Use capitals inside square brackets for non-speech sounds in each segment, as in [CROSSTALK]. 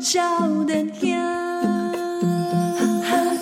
少年兄。哈哈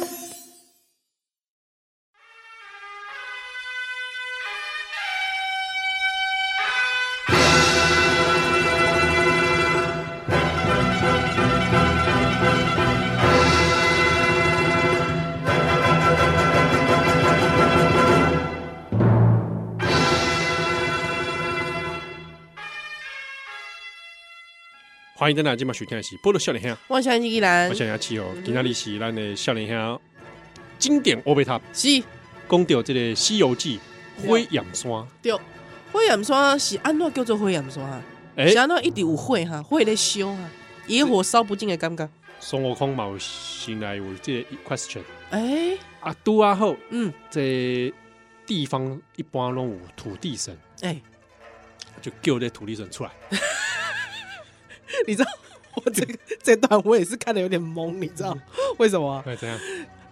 欢迎大家今晚收听的是《波罗笑脸香》，我喜欢依兰我，想要气哦，今天日是咱的笑脸香经典欧贝塔，是讲到这个《西游记》火焰山，对。火焰山是安怎叫做火焰山啊？哎是，安怎一直有火哈，火咧烧哈，野火烧不尽的感觉。孙悟空嘛有先来有这个 question 哎，啊，拄啊好，嗯，这地方一般拢有土地神，哎，就叫这土地神出来，你知道我这个这段我也是看的有点懵，你知道为什么啊？哎，怎样？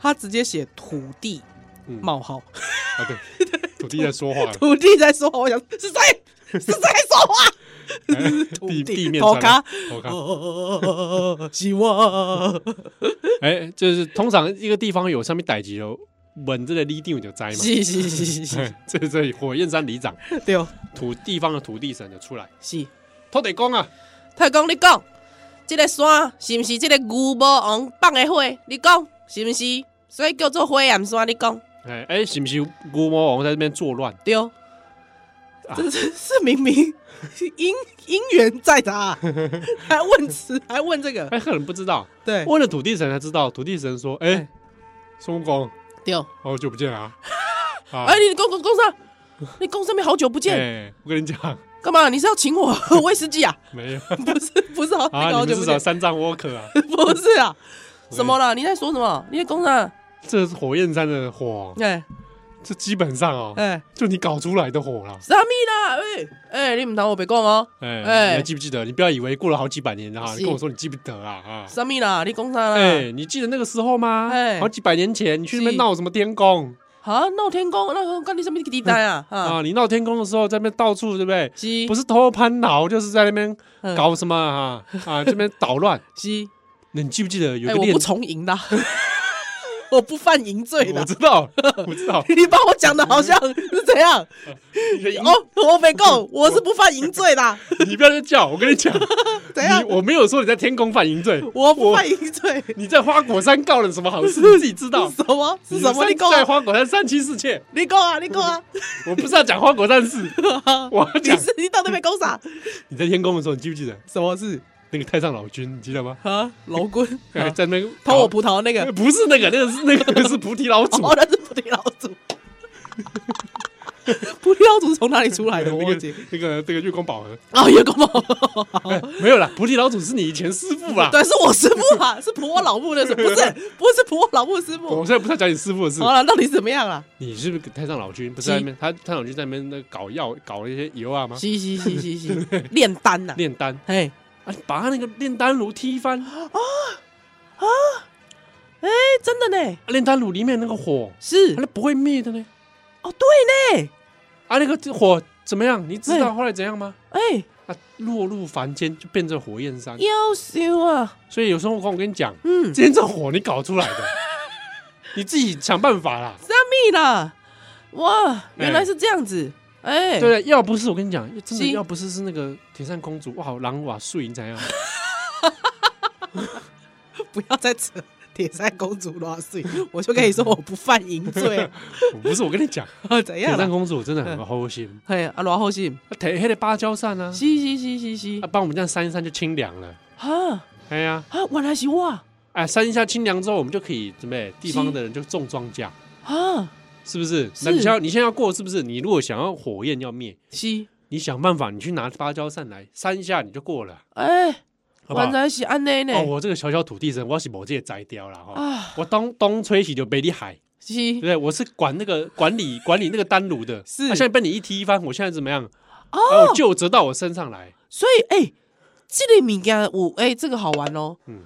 他直接写土地嗯冒号，啊， [LAUGHS] 对，土地在说话了，土地在说话，我想是谁？是谁说话？哎土地地地面头上来头壳，壳，哦，希望哎，就是通常一个地方有上面代志哦，稳这个立定就栽嘛。是是是是是，哎 [LAUGHS] 这这火焰山里长对哦，土地方的土地神就出来，是。土地公啊，太公，你讲，这个山是毋是这个牛魔王放的火？你讲是毋是？所以叫做火焰山？你讲哎哎，是不是牛魔王在这边作乱？对？这是是明明 [LAUGHS] 因因缘在的 [LAUGHS] 啊，还问此，还问这个？哎，可能不知道，对问了土地神才知道，土地神说，哎，孙悟空，对，好久不见 [LAUGHS] 啊，啊哎，你公公公上，你公上面好久不见，哎，我跟你讲，干嘛？你是要请我喝威士忌啊？ [LAUGHS] 没有不是，不是好，那哎啊，个好你们久不是找见，三藏沃克啊，不是啊？什么啦？你在说什么？你在公上？这是火焰山的火，啊哎这基本上哦，哎，就你搞出来的火啦。啥咪啦？哎哎，你唔当我白讲哦。哎，哎你还记不记得？你不要以为过了好几百年啊，是你跟我说你记不得啊啊！什么啦？你讲啥啦？哎，你记得那个时候吗？哎好几百年前，你去那边是闹什么天宫啊，闹天宫，那个干你什么地带 [LAUGHS] 啊？啊，啊？你闹天宫的时候，在那边到处对不对？是不是偷攀挠，就是在那边嗯搞什么啊 [LAUGHS] 啊，这边捣乱。是？那你记不记得有哎，一个我练不？从 [LAUGHS] 淫的，我不犯淫罪我的。。知道， [LAUGHS] 我知道 [LAUGHS] 你把我讲的好像是怎样？哦，我没够，我是不犯淫 [LAUGHS] 罪的。你不要再叫，我跟你讲， [LAUGHS] 怎样你？我没有说你在天宫犯淫罪，我不犯淫罪。你在花果山告了什么好 [LAUGHS] 事？你自己知道是。什么？是什么？在你讲在啊！花果山三妻四妾？你讲啊！你讲啊！我不是要讲花果山 [LAUGHS] 事，我要你讲是你到底没 [LAUGHS] 讲啥？你在天宫的时候，你记不记得什么事那个太上老君？你记得吗？啊？老棍哎在那边偷我葡萄那个哎， [LAUGHS] 不是那个，那个是那个是菩提老祖。哦，那是菩提老 [LAUGHS] 祖。菩提老祖是从哪里出来那 [LAUGHS] 的？我个忘记。那个那个月光宝盒，哦，月光宝。哎没有啦，菩提老祖是你以前师傅啦。 [LAUGHS] 对，是我师傅 [LAUGHS] 啊，是婆我老木的师傅，不是不是婆我老木师我傅。现在不是要讲你师傅的事好，了，到底怎么样啊啦？你是不是太上老君？不是在那边，他太上老君在那边那搞药，搞了一些油啊吗？嘻嘻嘻 [LAUGHS] 嘻嘻，炼丹呐，炼丹哎啊，把他那个炼丹炉踢翻，啊哎，真的呢，炼丹炉里面那个火，是它不会灭的呢。哦，对呢，啊，那个火怎么样？你知道哎后来怎样吗？哎，啊，落入凡间就变成火焰山。优秀啊，所以有孙悟空，我跟你讲，嗯，今天这火你搞出来 [LAUGHS] 的，你自己想办法啦。密啦，哇，原来是这样子，哎，对，要不是我跟你讲，真的是要不是是那个铁扇公主，哇，狼哇睡你怎样？不要再扯铁扇公主乱睡，我就跟你说我不犯淫 [LAUGHS] 罪，不 [LAUGHS] 是我跟你讲，怎铁样扇啦？嗯公主真的很齁心，嘿，啊，罗后信，她铁黑的芭蕉扇啊，嘻嘻嘻嘻嘻啊，，帮我们这样扇一扇就清凉了。啊哎呀，啊，原来是我啊哎，扇一下清凉之后，我们就可以准备地方的人就种庄稼，啊，是不是？是那你现在你现在要过是不是？你如果想要火焰要灭，是，你想办法，你去拿芭蕉扇来扇一下，你就过了，哎，好不好原？来是安内呢哦，，我这个小小土地神，我是某界摘掉了哈。啊，我东东吹起就北里海，对不是对？我是管那个管理管理那个丹炉的，是啊现在被你一踢翻，我现在怎么样？哦，就折到我身上来，所以，哎、这个物件有，哎、这个好玩哦。嗯嗯，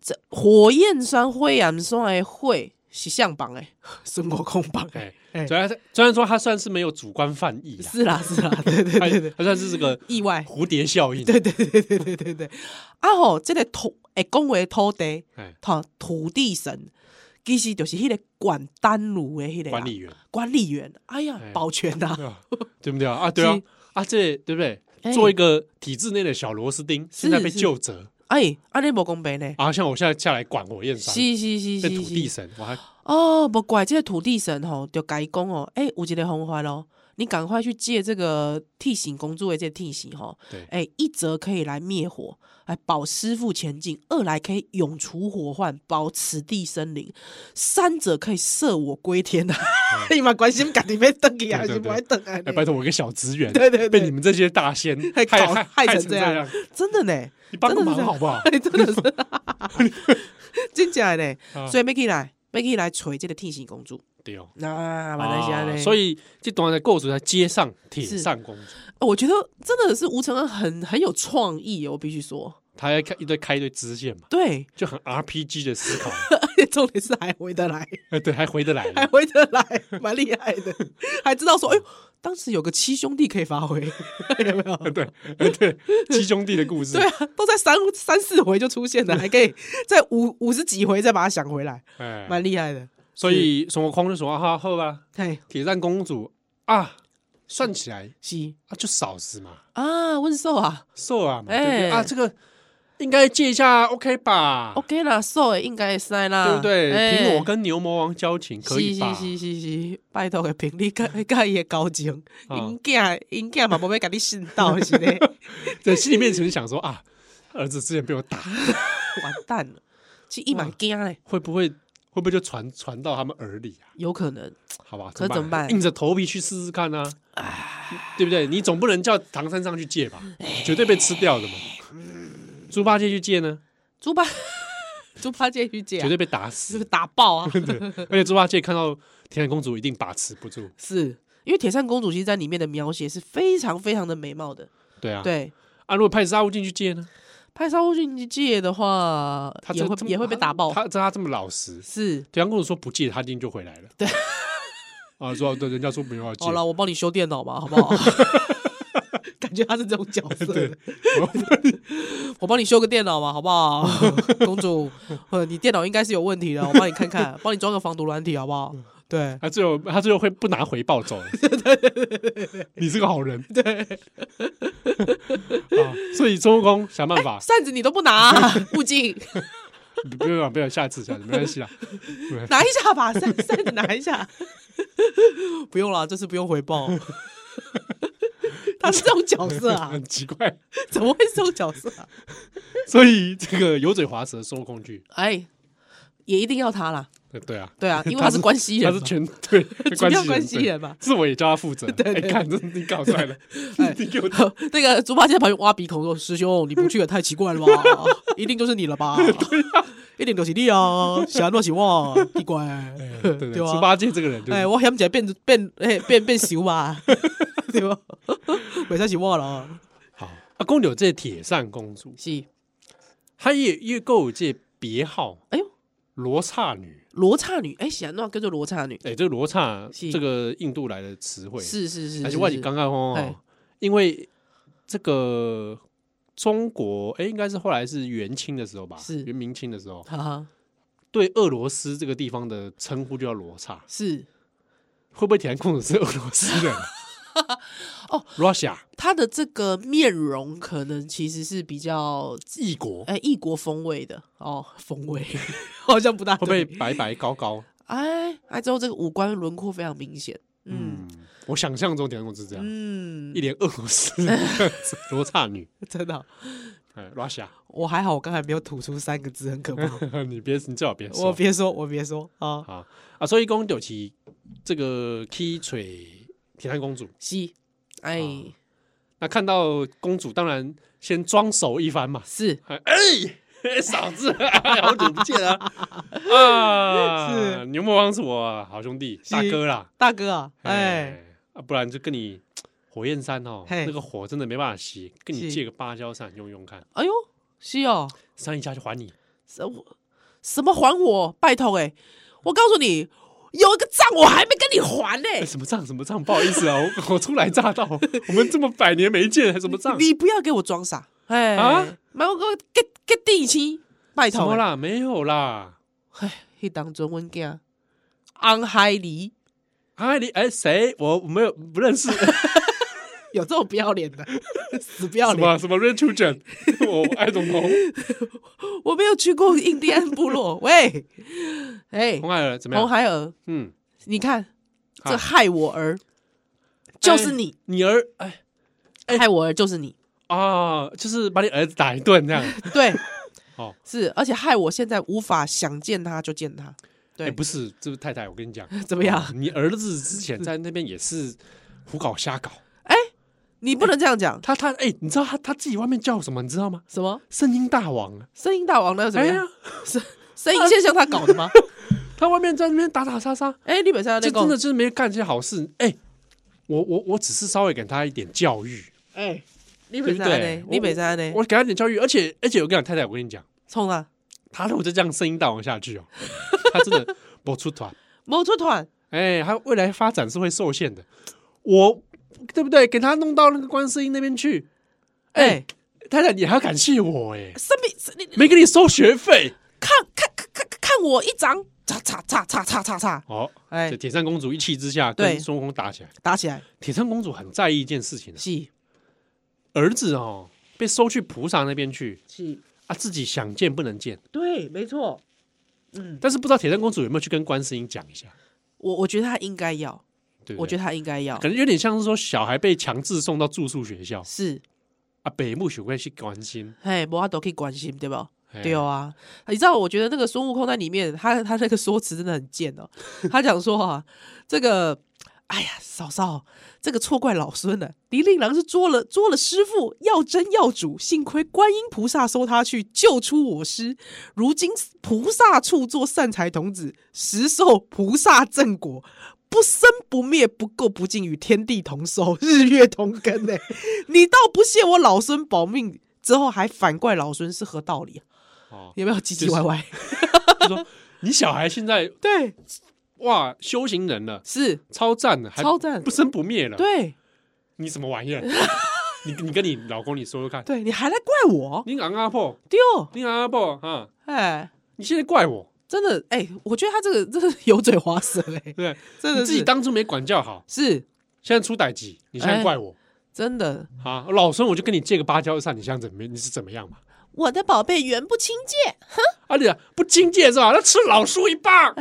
这火焰山、火焰山的火是相榜哎，孙悟空榜哎，哎，哎虽然虽然说他算是没有主观犯意啦，是啦是啦，对对他对对，他算是这个意外，蝴蝶效应，对对对对对对对。啊吼，这个土会讲话的土地，哎，吼土地神，其实就是迄个管丹炉的迄个啊管理员，管理员，哎呀哎，保全呐、啊，对啊对不对啊？啊，对啊是，啊，这对不对？哎做一个体制内的小螺丝钉，现在被是救责哎，安尼无公平呢。啊！像我现在下来管火焰山，是是是变土地是是，神，我还哦，无怪这个土地神吼，就甲伊讲哦，哎、有一个方法咯，你赶快去借这个替醒工作的这个替醒吼，对哎、一则可以来灭火，来保师傅前进；二来可以永除火患，保此地生灵；三者可以摄我归天啊！你嘛关心家己要等去还是不爱等 [LAUGHS] 啊？哎，拜托我一个小职员，对对对被你们这些大仙害搞害害成成这样样，真的呢，你帮个真的忙是这样好不好？哎 [LAUGHS] 真的是，真假的啊呢。所以要起来，要起来锤这个天行公主，对哦，那啊马来西亚呢？啊所以这段的构筑在街上铁上公主，啊我觉得真的是吴承恩很很有创意哦，我必须说，他要开一堆开一堆支线嘛，对，就很 RPG 的思 [LAUGHS] 考，而且重点是还回得来。哎，对，还回得来，还回得来，蛮厉害的，还知道说，哎呦，当时有个七兄弟可以发挥， [LAUGHS] 有没 [LAUGHS] 有？对，哎对，七兄弟的故事对，啊，都在三三四回就出现了，还可以在五五十几回再把它想回来，哎，蛮厉害的。所以孙悟空就说啊哈后啊，嘿，铁扇公主啊，算起来是啊就少时嘛，啊，温寿啊瘦啊嘛，对哎不对啊？这个应该借一下 OK 吧？ ，OK 啦，寿也应该会塞啦，对不对？哎凭我跟牛魔王交情可以吧？是是是是是，拜托个 [LAUGHS] 凭你甲甲伊个交情，啊因囝因囝嘛无要甲你信到是咧， [LAUGHS] 在心里面其实想说啊，儿子之前被我打，完蛋了，其实伊蛮惊嘞，会不会会不会就传传到他们耳里啊？有可能好吧，可是怎么办硬着头皮去试试看啊！对不对？你总不能叫唐三藏去借吧？哎绝对被吃掉的嘛。猪八戒去借呢，猪八 [LAUGHS] 猪八戒去借啊绝对被打是死 [LAUGHS] 不。是打爆 [LAUGHS] 啊？而且猪八戒看到铁扇公主一定把持不住，是因为铁扇公主其实在里面的描写是非常非常的美貌的。对啊。对，啊，如果派沙悟净去借呢？拍沙悟净借的话，他也这会这么也会被打爆。他这他这么老实，是，铁扇公主说不借，他一定就回来了。对。 [LAUGHS] 啊，说对，人家说没有要借好，了，我帮你修电脑嘛，好 [LAUGHS] 不好？感觉他是这种角色的，我帮你修个电脑嘛，好不好？ [LAUGHS] 公主，呃，你电脑应该是有问题的，我帮你看看，帮你装个防毒软体，好不嗯好？对，他最后他最后会不拿回报 [LAUGHS] 走了。你是个好人，对。 [LAUGHS] 啊，所以孙悟空想办法，扇子你都不 [LAUGHS] 拿、啊，悟净不不用不用，下次下次没关系啊。 [LAUGHS] 拿一下吧，扇扇子拿一下， [LAUGHS] 不用了，这次不用回报。 [LAUGHS] 他是这种角色啊， [LAUGHS] [LAUGHS] 很奇怪。怎么会是这种角色啊？所以这个油嘴滑舌孙悟空去，哎，也一定要他啦，对对啊， [LAUGHS] 对啊，因为他他是是关系他人是嘛，全 [LAUGHS] 对主要系关系对人嘛。是我也叫他负责。对哎，对哎看，这是你搞出来的，你 [LAUGHS] 给我 [LAUGHS] 那个猪八戒在旁边挖鼻孔说：“师兄，你不去也太奇怪 [LAUGHS] 了吧？一定就是你了 [LAUGHS] 吧？一定就是你啊！想诺是我， [LAUGHS] 奇怪，对对， [LAUGHS] 对啊猪八戒这个人就是哎，我嫌起来变变 [LAUGHS] 哎变变小 [LAUGHS] 吧，对吧？没使是我了，好。啊，公牛这铁扇公主，是她也也够有这别号，哎呦，罗刹女。罗刹女，哎，想诺叫做罗刹女，哎，这个罗刹，是这个印度来的词汇，是是是，而且是外景刚刚哦哎，因为这个中国，哎，应该是后来是元清的时候吧，是元明清的时候，哈哈，对俄罗斯这个地方的称呼就叫罗刹，是会不会铁扇公主是俄罗斯人？ [LAUGHS] 哦，Russia 她的这个面容可能其实是比较异国哎，异国风味的哦，风味 [LAUGHS] 好像不大会不会对。白白高高？哎哎，之后这个五官轮廓非常明显。嗯嗯，我想象中铁扇公主是这样，嗯一，脸俄罗斯人 [LAUGHS] 罗刹女，真的哦、哎，Russia，我还好，我刚才没有吐出三个字，很可 [LAUGHS] 怕。你别你最好别我说别说，我别说啊，啊啊！所以公九旗这个踢锤铁扇公主，西，哎，啊那看到公主，当然先装熟一番嘛。是哎、哎嫂 [LAUGHS] 子，哎好久不见啊！啊，是牛魔王是我好兄弟是大哥啦。大哥啊，哎，哎，啊，不然就跟你火焰山哦，嘿那个火真的没办法熄，跟你是借个芭蕉扇用用看，哎呦，是哦，扇一下就还你。什我什么还我？拜托哎、我告诉你，有一个账我还没跟你还呢、哎，什么账？什么账？不好意思啊，我 [LAUGHS] 我初来乍到，我们这么百年没见，还什么账？你不要给我装傻，哎啊啊，买我给我给给定期，拜什托么了，啦？没有啦，迄当阵阮囝安海黎啊你哎谁？我我没有不认识什有这种不要脸的， [LAUGHS] 死 [LAUGHS] 不要脸！么什么 Red Children，我 [LAUGHS] 爱总统我没有去过印第安部落，喂，哎、红海尔怎么红样？孩儿，嗯，你看好这害我儿就是你，你儿哎害我儿就是你，啊，就是把你儿子打一顿这样。对，哦是，而且害我现在无法想见他就见他， [LAUGHS] 对，哎，不是，这位太太，我跟你讲， [LAUGHS] 哦怎么样？你儿子之前在那边也是胡搞瞎 [LAUGHS] 搞，你不能这样讲，他他哎，你知道他他自己外面叫什么？你知道吗？什么声音大王啊！声音大王呢？又怎哎呀么样？，声音现象他搞的吗？他外面在那边打打杀杀， [LAUGHS] 哎，你本身这那真的个，就是没干些好事。哎、我我我只是稍微给他一点教育，哎，你对本不身对呢？？你本身呢？我给他一点教育，而且而且我跟你讲，太太，我跟你讲，冲啊！他如果就这样声音大王下去哦， [LAUGHS] 他真的不出团。某出团，哎、他未来发展是会受限的。我对不对？给他弄到那个观世音那边去，哎，太太，你还要感谢我哎、生命，生你没给你收学费看看看看看我一掌，嚓嚓嚓嚓嚓嚓嚓，哦。 [LAUGHS] 哎这，铁扇公主一气之下对跟孙悟空打起来。打起来，铁扇公主很在意一件事情，是儿子哦被收去菩萨那边去是，啊，自己想见不能见。对，没错，嗯，但是不知道铁扇公主有没有去跟观世音讲一下？我我觉得他应该要，对不对我觉得他应该要感觉有点像是说小孩被强制送到住宿学校是，啊，北木学会去关心。哎，不他都可以关心，对吧？哎对，啊，你知道，我觉得那个孙悟空在里面，他他那个说辞真的很贱哦。他讲说啊，这个，哎呀，嫂嫂，这个错怪老孙了。李令郎是捉了捉了师傅，要真要主，幸亏观音菩萨收他去，救出我师。如今菩萨处做善财童子，实受菩萨正果。不生不灭，不垢不净，与天地同寿，日月同根呢、 [LAUGHS] 你倒不谢我老孙保命，之后还反怪老孙，是何道理啊？哦，有没有唧唧歪歪？就说你小孩现在 [LAUGHS] 对，哇，修行人了，是，超赞了，还超赞不生不灭了。，对，你什么玩意 [LAUGHS] 儿？你你跟你老公你说说看，对，你还来怪我？你昂阿婆，丢，你昂阿婆啊，哎，你现在怪我，真的，哎，我觉得他这个真的油嘴滑舌，哎对，不对？ [LAUGHS] 真的你是自己当初没管教好，是现在出歹疾，你现在哎怪我真的。啊！老孙我就跟你借个芭蕉扇，你想怎么？你是怎么样嘛？我的宝贝原不亲见，啊，你啊不精戒是吧？那吃老叔一棒。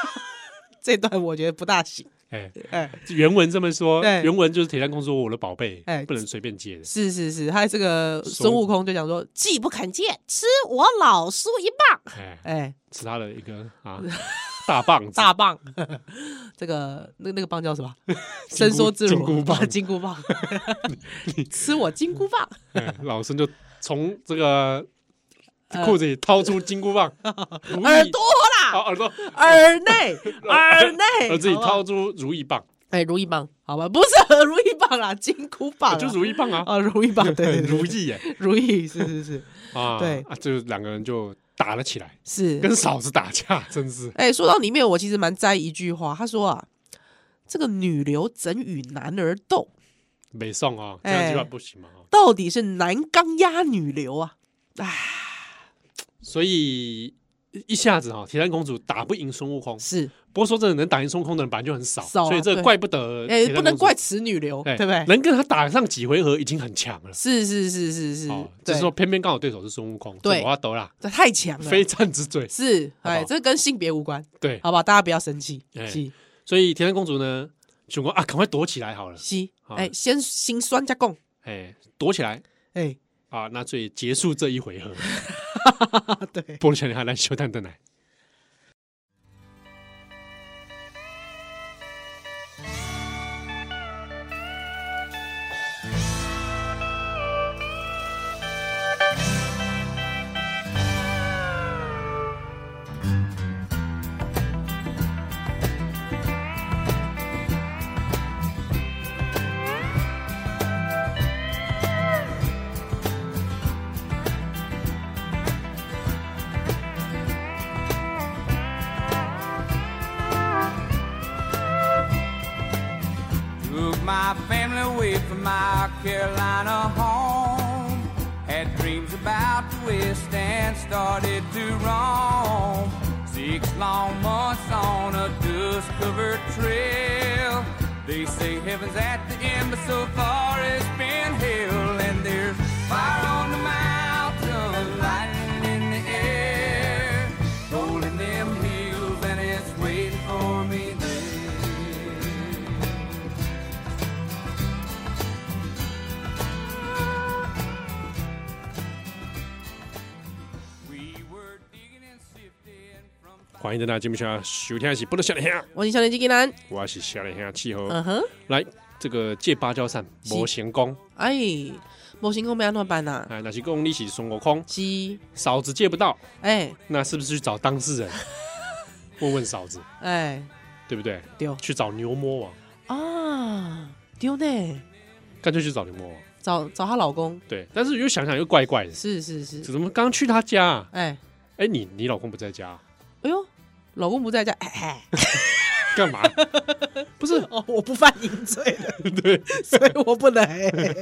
[LAUGHS] 这段我觉得不大行。哎，哎， [LAUGHS] 原文这么说，对原文就是铁扇公主说我的宝贝，哎不能随便借的。是是是，他这个孙孙悟空就讲说，既不肯见，吃我老叔一棒。哎， [LAUGHS] 哎，是他的一个啊大棒 [LAUGHS] 子，大棒，这个那那个棒叫 [LAUGHS] 什么？伸缩自如金箍棒 [LAUGHS] 金箍棒，吃我金箍棒。哎老孙就从这个裤子里掏出金箍棒， [LAUGHS] 如呃耳意朵啊啦，耳朵，耳内，[LAUGHS] 耳内，而自己好不好掏。出如意棒，哎，如意棒，好吧，不是如意棒啦，金箍棒啦，就如意棒啊，啊，如意棒，对对 [LAUGHS] 对，如意耶如意，是 [LAUGHS] 是是啊，对啊，就两个人就打了起来，是。跟嫂子打架，真是哎，说到里面，我其实蛮在意一句话，他说啊，这个女流怎与男儿斗，北宋啊，这样哎句话不行嘛。啊到底是男刚压女流啊？所以一下子哈，铁扇公主打不赢孙悟空，是，不过说真的，能打赢孙悟空的人本来就很少，少啊所以这对怪不得哎铁，扇公主，哎不能怪此女流，对不对？能跟他打上几回合已经很强了。是是是是是哦，，只对是说偏偏刚好对手是孙悟空，对我要得啦，这太强了，非战之罪。是，好不哎，好这跟性别无关，对，好吧？大家不要生气，哎是所以铁扇公主呢，想说啊，赶快躲起来好了，是，好哎，先心酸加共，哎，躲起来哎，啊，那所以结束这一回合。啊 [LAUGHS] 对。波罗小女孩来修蛋蛋奶， Took my family away from my Carolina home. Had dreams about the West and started to roam. Six long months on a dust covered trail. They say heaven's at the end, but so far it's been hell. And there's fire on the mountain, lightning in the air, rolling them hills, and it's waiting for me there. We were digging and sifting from 欢迎大家节目下收听的是不得笑脸兄，我是小年纪金兰，我是笑脸兄气候。嗯哼，来，这个借芭蕉扇是无成功，哎，模型空被安怎办啊呐？哎，那是讲你是孙悟空，鸡，嫂子借不到，哎那是不是去找当 [LAUGHS] 事人？问问嫂子，哎，对不对？丢去找牛魔王，啊，丢呢，干脆去找牛魔王。找找她老公，对，但是又想想又怪怪的，是是是，怎么刚去他家、啊？哎哎，你你老公不在家啊、哎呦，老公不在家，哎哎，干嘛？不是 [LAUGHS] 哦，我不犯淫罪的，对， [LAUGHS] 所以我不能，哎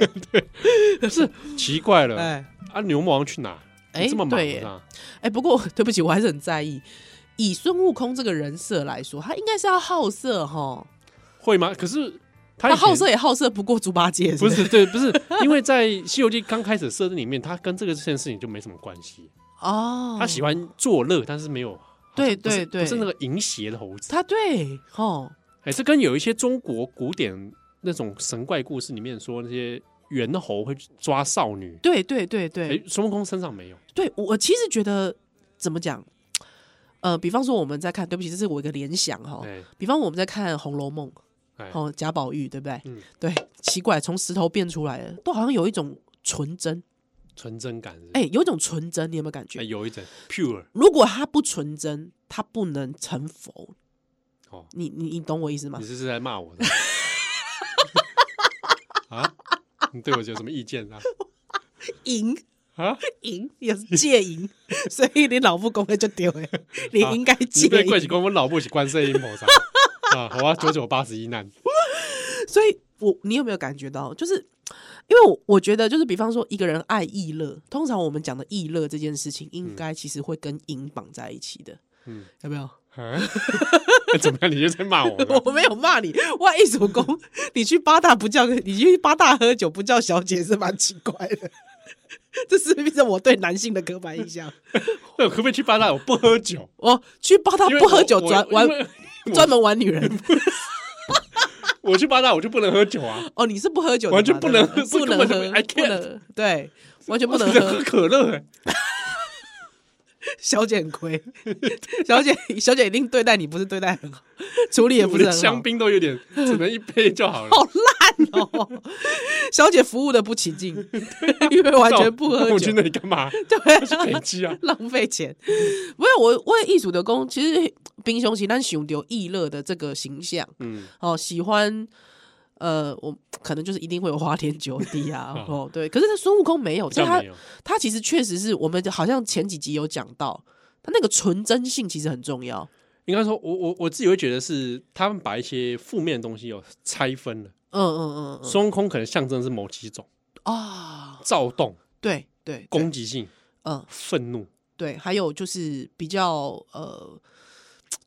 奇怪了哎啊！牛魔王去哪？哎，这么忙对是耶吧？哎、不过对不起，我还是很在意。以孙悟空这个人设来说，他应该是要好色哈，会吗？可是他他以前好色也好色不过猪八戒，不是是对，不是因为在《西游记》刚开始设定里面，他跟这个这件事情就没什么关系。哦，他喜欢作乐，但是没有对不是对对，不是那个淫邪的猴子。他对哦，哎，这跟有一些中国古典那种神怪故事里面说那些猿猴会去抓少女，对对对对、哎，孙悟空身上没有。对，我其实觉得怎么讲，呃，比方说我们在看，对不起，这是我一个联想哈，哎比方我们在看《红楼梦》哎，哦，贾宝玉对不对？嗯对，奇怪，从石头变出来的，都好像有一种纯真，纯真感是不是哎、有一种纯真，你有没有感觉哎？有一种 pure 如果他不纯真，他不能成佛。哦，你你你懂我意思吗你？这是在骂 [LAUGHS] 我的啊？你对我有什么意见 [LAUGHS] 啊？赢啊？赢 [LAUGHS] 也是戒淫，所以你老不公开就丢哎，你应该戒啊你被跪起淫。公，我老母是观世音 [LAUGHS] 菩萨啊！好啊，九九八十一难，所以我你有没有感觉到，就是因为我我觉得，就是比方说一个人爱逸乐，通常我们讲的逸乐这件事情，应该其实会跟淫绑在一起的。嗯嗯，有没有？啊 [LAUGHS] 怎么样？你又在骂我吗？我没有骂你，我艺术工，你去八大不叫，你去八大喝酒不叫小姐是蛮奇怪的。 [LAUGHS] 这是不是我对男性的刻板 [LAUGHS] 印象？那我可不可以去八大？我不喝酒，哦，去八大因为不喝我酒，我专因玩为 [LAUGHS] 专门玩女人。我去八大我就不能喝酒啊，哦，你是不喝酒的嘛，完全不能对吧这不根能本喝，就没，I 不 can't 能，对，完全不我只能能喝喝。可乐欸。小姐很亏，小姐小姐一定对待你不是对待很好，处 [LAUGHS] 理也我不是的很好香，槟都有点，只能一杯就 [LAUGHS] 好了。好烂哦。 [LAUGHS] 小姐服务的不起劲，因为完全不那我喝我酒去，那里干嘛？ [LAUGHS] 对啊去北极啊！浪费钱。没有我，我艺术的工其实冰熊其实咱想到逸乐的这个形象嗯，哦，喜欢呃，我可能就是一定会有花天酒 [LAUGHS] 地啊哦，对。可是他孙悟空没有，这但样他没有。他其实确实是我们好像前几集有讲到，他那个纯真性其实很重要。应该说，我我我自己会觉得是他们把一些负面的东西有拆分了。嗯嗯嗯嗯孙悟空可能象征是某几种啊，躁动、对对，对攻击性、嗯愤怒，对，还有就是比较呃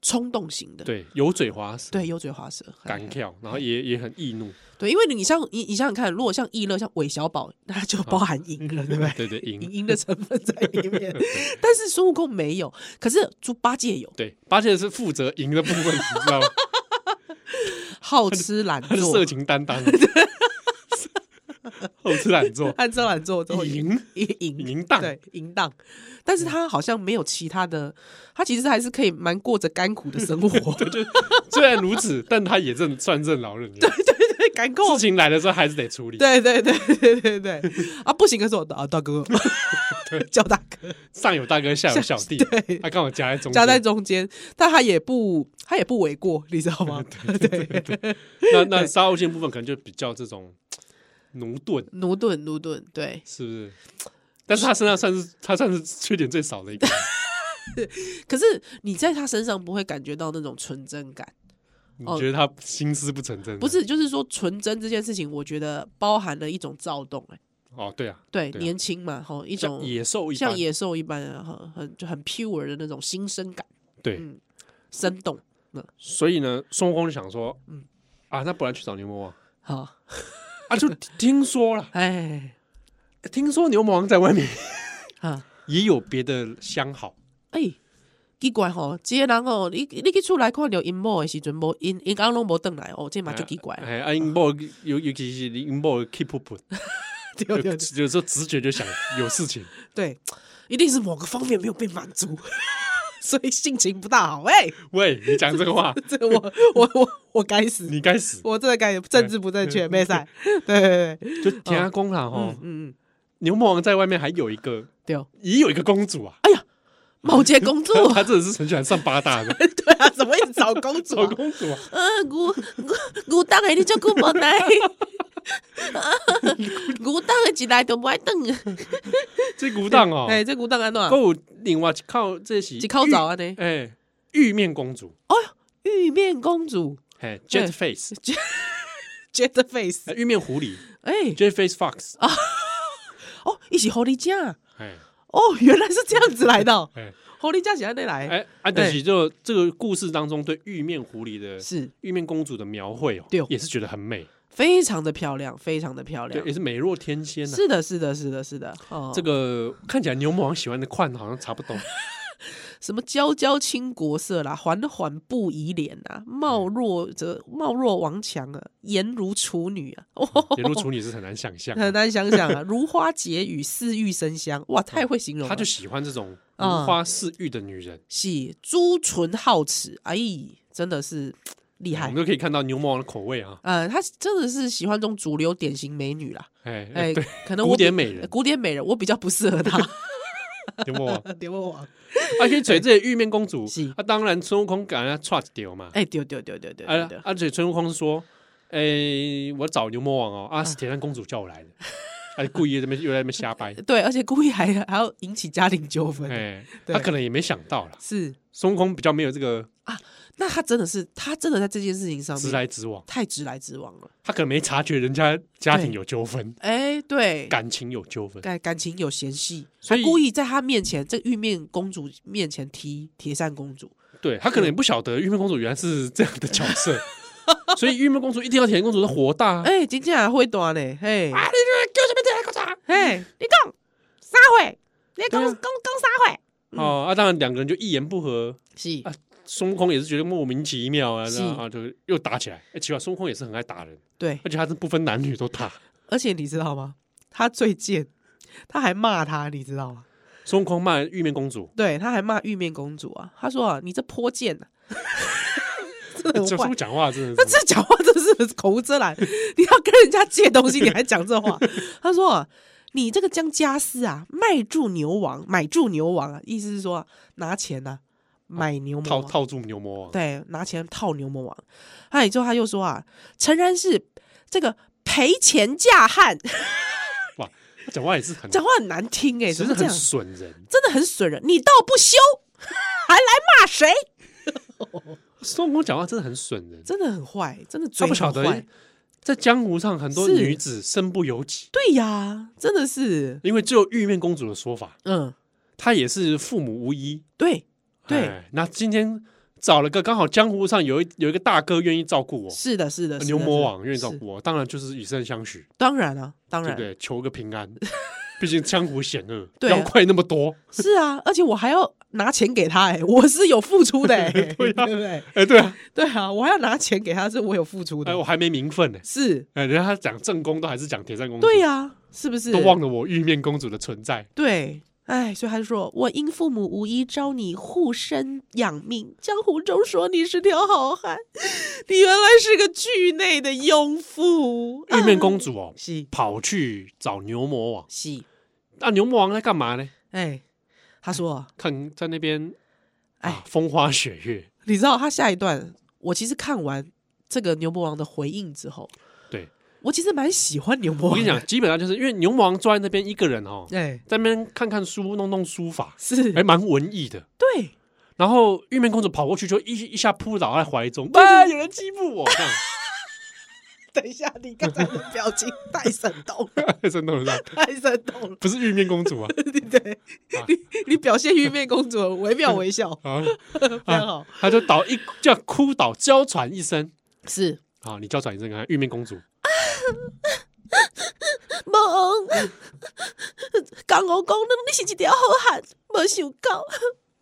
冲动型的，对，油嘴滑舌、对，油嘴滑舌，嘿敢跳，然后也也很易怒，对，因为你像你你想想看，如果像易乐、像韦小宝，那就包含赢了，对不对？对对，赢 [LAUGHS] 赢。赢的成分在里 [LAUGHS] 面，但是孙悟空没有，可是猪八戒有，对，八戒是负责赢的部分，你知道 [LAUGHS] 吗？好吃懒他是色做，情担 [LAUGHS] 当，好吃懒做，按照懒做之后赢赢赢淫荡嗯对淫荡，但是他好像没有其他的，他其实还是可以蛮过着甘苦的 [LAUGHS] 生活，对对虽然如 [LAUGHS] 此，但他也任算任劳任怨。对，甘苦事，情来的时候还是得处理，对对对对对对，啊不行，可是我啊大哥叫大哥上有大哥，下有小弟，对他刚好夹在中间，夹在中间，但他也不他也不为过，你知道吗？ [LAUGHS] 那那沙悟净部分可能就比较这种奴钝，奴钝奴钝，对，是不是？但是他身上算是他算是缺点最少的一个，可是你在他身上不会感觉到那种纯真感，你 [LAUGHS] 哦觉得他心思不纯真？不是，就是说纯真这件事情，我觉得包含了一种躁动、欸，哦，对啊，对，对啊年轻嘛，哈，一像种野兽一般，嗯像野兽一般啊，很很就很 pure 的那种新生感，对，嗯生动，所以呢，孙悟空就想说，嗯嗯，啊，那不然去找牛魔王好，啊，就听说了，哎， [LAUGHS] 听说牛魔王在 [LAUGHS] 外面啊，也有别的相好，哎，奇怪吼，这个人哦，你你去出来看到因某的时阵，无因因翁拢无回来哦，这嘛就奇怪了，哎，啊，因某尤尤其是因某 keep up， [LAUGHS] 对有 [LAUGHS] 有时候直觉就想有事情， [LAUGHS] 对，一定是某个方面没有被满足， [LAUGHS] 所以性情不大好。喂，喂，你讲这个话，这个我我我我该死，你该死，我真的该死政治不正确， [LAUGHS] 没赛，对对对，就田阿公啦吼哦嗯，嗯嗯，牛魔王在外面还有一个，对哦，也有一个公主啊，某节 [LAUGHS] 公主， [LAUGHS] 他真的是很喜欢上八大的对啊，怎么一直 [LAUGHS] 找公主找啊？公主啊，呃，牛牛牛当的你照顾无 [LAUGHS] 来，呃 [LAUGHS] 牛当的一来就不爱等。这古档哦，哎，这牛当安怎？够另外一靠这是一口罩安尼玉，哎，玉面公主，嗯玉面公主哎，Jet 嗯 Face。 Jet Face，呃玉面狐狸哎， j f a c e Fox，啊哦，一起狐狸酱。哎哦，原来是这样子来的哦，哎 [LAUGHS] 狐狸酱喜欢那来，哎，啊，但是就这个故事当中对玉面狐狸的是玉面公主的描绘哦对哦，也是觉得很美，非常的漂亮，非常的漂对，亮也。是美若天仙呐。是的，是的，是的，是的。哦，这个看起来牛魔王喜欢的款好像差不 [LAUGHS] 多，什么娇娇倾国色啦，缓缓步移莲啊，貌若则貌若王强啊，颜如处女啊，哦，也如处女是很难想象的，很难想想啊， [LAUGHS] 如花解语，似玉生香，哇，太会形容了。他就喜欢这种如啊花似玉的女人。是朱唇皓齿，哎，真的是厉我害们。都可以看到牛魔王的口味啊，呃，她真的是喜欢这种主流典型美女啦。哎哎哎， [LAUGHS] 对，，可能我古典比美 [LAUGHS] 人古典美人，我比较不适 [LAUGHS] 合她。牛魔王， [LAUGHS] 牛魔王，而且嘴这些玉面公主 [LAUGHS] 是，啊，当然孙悟空啊赶他 t r u s 丢嘛，哎，对对对对对哎对对，而且孙悟空说：“哎、我找牛魔王哦，啊，是铁扇公主叫我来的， [LAUGHS] 哎，故意在那边又在那边瞎掰， [LAUGHS] 对，而且故意还还要引起家庭纠纷，哎，对他可能也没想到啦。是。孙悟空比较没有这个那他真的是，他真的在这件事情上直面来直往，太直来直往了。他可能没察觉人家家庭对有纠纷，哎，对，感情有纠纷，感感情有嫌隙，所他以故意在他面前，这玉面公主面前踢铁扇公主，对他可能也不晓得玉面公主原来是这样的角 [LAUGHS] 色，所以玉面公主一听到铁扇公主的火大，啊，哎，真正会断嘞，嘿，你这给我这边铁扇公主啊嘿，你讲啥货？你讲对讲啊讲啥货？哦，啊，当然两个人就一言不合。”是啊孙悟空也是觉得莫名其妙啊，是然后啊，就又打起来。哎，奇怪，孙悟空也是很爱打人，对，而且他是不分男女都打。而且你知道吗？他最贱，他还骂他，你知道吗？孙悟空骂玉面公主，对，他还骂玉面公主啊，他说啊，你这泼贱呐、啊， [LAUGHS] 真的 [LAUGHS] 这很孙坏悟。讲话真他的是这讲话真是口无遮拦， [LAUGHS] 你要跟人家借东西，你还讲这 [LAUGHS] 话？他说啊：“你这个将家私啊卖住牛王，买住牛王啊，意思是说啊拿钱呐、买牛魔哦套王，套住牛魔王。对，拿钱套牛魔王。”哎，之后他又说啊：“诚然是这个赔钱嫁汉， [LAUGHS] 哇，他讲话也是很，讲话很难听哎、其怎实么这很样？损人。真的很损人，你倒不休， [LAUGHS] 还来骂谁？孙悟空讲话真的很损人，真的很坏，真的他嘴不晓很得坏。在江湖上很多是女子身不由己，对呀，真的是，因为只有玉面公主的说法，嗯，她也是父母无依。对对。哎，那今天找了个刚好江湖上有一有一个大哥愿意照顾我。呃是的，是的，是的牛魔王是的愿意照是顾我，当然就是以身相许，当然啊，当对不然，对？求个平安， [LAUGHS] 毕竟江湖险恶， [LAUGHS] 对啊妖怪那么多。 [LAUGHS] 是啊，而且我还要拿钱给他、哎，我是有付 [LAUGHS] 出的、哎，对不对？哎，对啊，对啊，我还要拿钱给他，是我有付出的，哎，我还没名分呢。是，哎，人家他讲正宫都还是讲铁扇公主，对、呀、是不是？都忘了我玉面公主的存 [LAUGHS] 在。对，哎，所以他就说，我因父母无依，招你护身养命。江湖中说你是条好汉，你原来是个剧内的庸啊妇。玉面公主主哦，是跑去找牛魔王。是，那、牛魔王在干嘛呢？哎，他说，看在那边，哎哎，，风花雪月。你知道他下一段，我其实看完这个牛魔王的回应之后，对我其实蛮喜欢牛我魔王。跟你讲，，基本上就是因为牛魔王坐在那边一个人哦，哎，在那边看看书，弄弄书法，是，还蛮文艺的。对，然后玉面公主跑过去，就一一下扑倒在怀中，啊，有人欺负我，这样等一下，你刚才的表 [LAUGHS] 情太生动了， [LAUGHS] 真的是吧太生动了，不是玉面公 [LAUGHS] 主啊？对， [LAUGHS] 你你表现玉面公主很惟妙惟 [LAUGHS] 肖，啊，非常好，她就倒一叫哭倒，娇喘一声。是好，你娇喘一声，看看玉面公主。啊梦，江湖讲你是一条好汉，无想到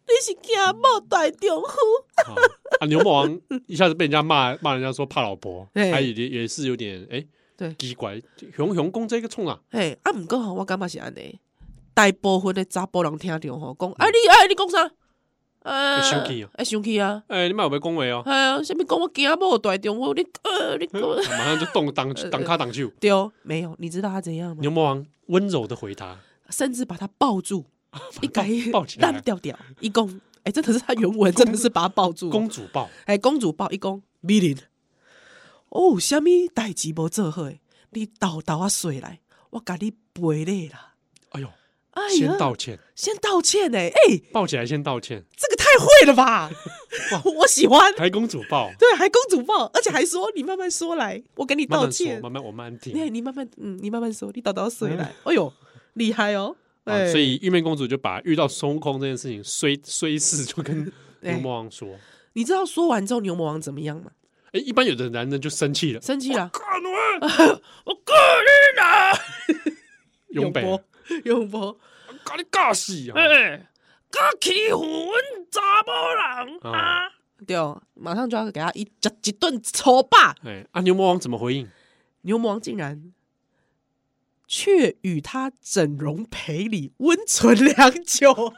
你是惊某大丈夫。啊，啊牛魔 [LAUGHS] 王一下子被人家骂，骂人家说怕老婆，对他也也是有点哎，对奇怪，熊熊公这个冲啊，嘿，啊，毋过吼，我感觉是安尼，大部分的查甫人听着吼，讲啊你啊你讲啥？呃会生气啊会生气啊！哎，你骂我被恭维 [LAUGHS] 哦，哎呀，什么讲我惊某大丈夫？你呃你 [LAUGHS] 讲啊马上就动挡挡卡挡去。对，没有，你知道他怎样吗牛？魔王温柔的回答，甚至把他抱住，一改抱起来烂掉掉，一公，哎，真的是他原文真的是把他抱住哦，公主抱，哎，公主抱一公，米林，哦，什么代志无做好的？你豆豆啊睡来，我甲你赔礼啦。哎呦，哎呀先道歉，先道歉呢、哎、抱起来先道 [LAUGHS] 歉，这个太会了吧！ [LAUGHS] 我喜欢，还公主抱，对，啊还公主抱，而且还说你慢慢说来，我给你慢道慢说，歉。慢慢我慢慢听你。你慢慢，嗯，你慢慢说，你豆豆睡来，哎呦，厉害哦！啊哎，所以玉面公主就把遇到孙悟空这件事 [LAUGHS] 情虽虽是就跟哎牛魔王说，你知道说完之后牛魔王怎么样吗？哎，一般有的男人就生气了， [LAUGHS] 生气了， [LAUGHS] 永北，波，哎永波，搞你尬死啊！我欺负阮查某人啊，对哦，马上就要给他一一一顿抽霸。哎，啊，牛魔王怎么回应？牛魔王竟然却与他整容赔礼，温存良久，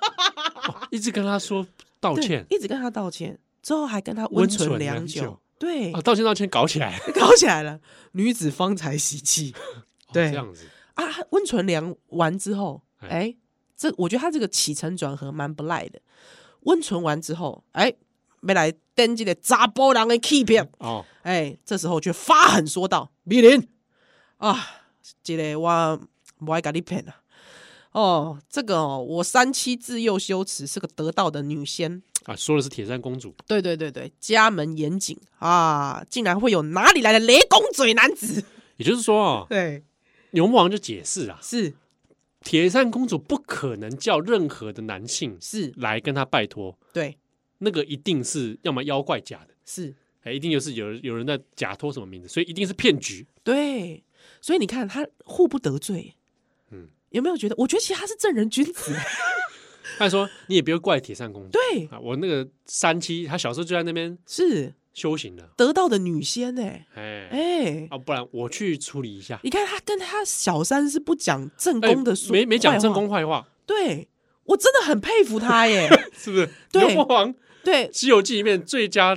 一直跟他说道歉对一直跟他道歉，之后还跟他温温存存良良久，哦久对，啊，道歉道歉，搞起来，搞起来了，女子方才喜气哦对这样子，啊！温存良完之后，哎哎、这我觉得他这个起承转合蛮不赖的。温存完之后，哎、没来登记的查波人的欺骗，哦，哎，这时候却发狠说道：“米林啊，这个我不爱跟你骗啊。哦，这个哦，我三妻自幼修持，是个得道的女仙。啊，说的是铁扇公主，对对对对，家门严谨啊，竟然会有哪里来的雷公嘴男子？也就是说啊，对，牛魔王就解释啊，是铁扇公主不可能叫任何的男性是，来跟她拜托，对那个一定是要么妖怪假的，是，哎，一定就是有人有人在假托什么名字，所以一定是骗局。对。所以你看，他互不得罪。嗯嗯，有没有觉得？我觉得其实他是正人君子。他说你也不要怪铁扇公主对，啊，我那个三七，她小时候就在那边是修行的，得道的女仙哎、哎哎、啊，不然我去处理一下。你看他跟他小三是不讲正哎宫的说、没没讲正坏宫话，坏话，对我真的很佩服他 [LAUGHS] 耶。是不是？对牛魔王《对，西游记》里面最佳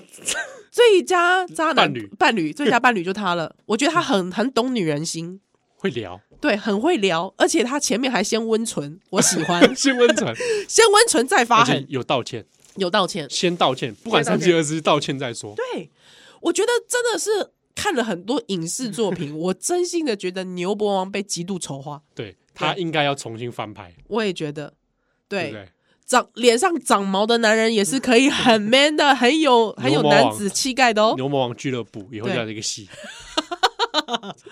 最佳渣男伴侣伴侣最 [LAUGHS] 佳伴侣就他了。我觉得他很很懂女人心，会聊，对，很会聊，而且他前面还先温存，我喜 [LAUGHS] 欢先温 [LAUGHS] 存，先温存再发而且狠，有道歉，有道歉。先道歉，不管三七二十一，道歉再说。对，我觉得真的是看了很多影视 [LAUGHS] 作品，我真心的觉得牛魔王被极度丑化，对他应该要重新翻拍，我也觉得。对对，不对？长脸上长毛的男人也是可以很 man 的，很有很有嗯牛魔王男子气概的哦。牛魔王俱乐部以后对叫这个 [LAUGHS] 戏，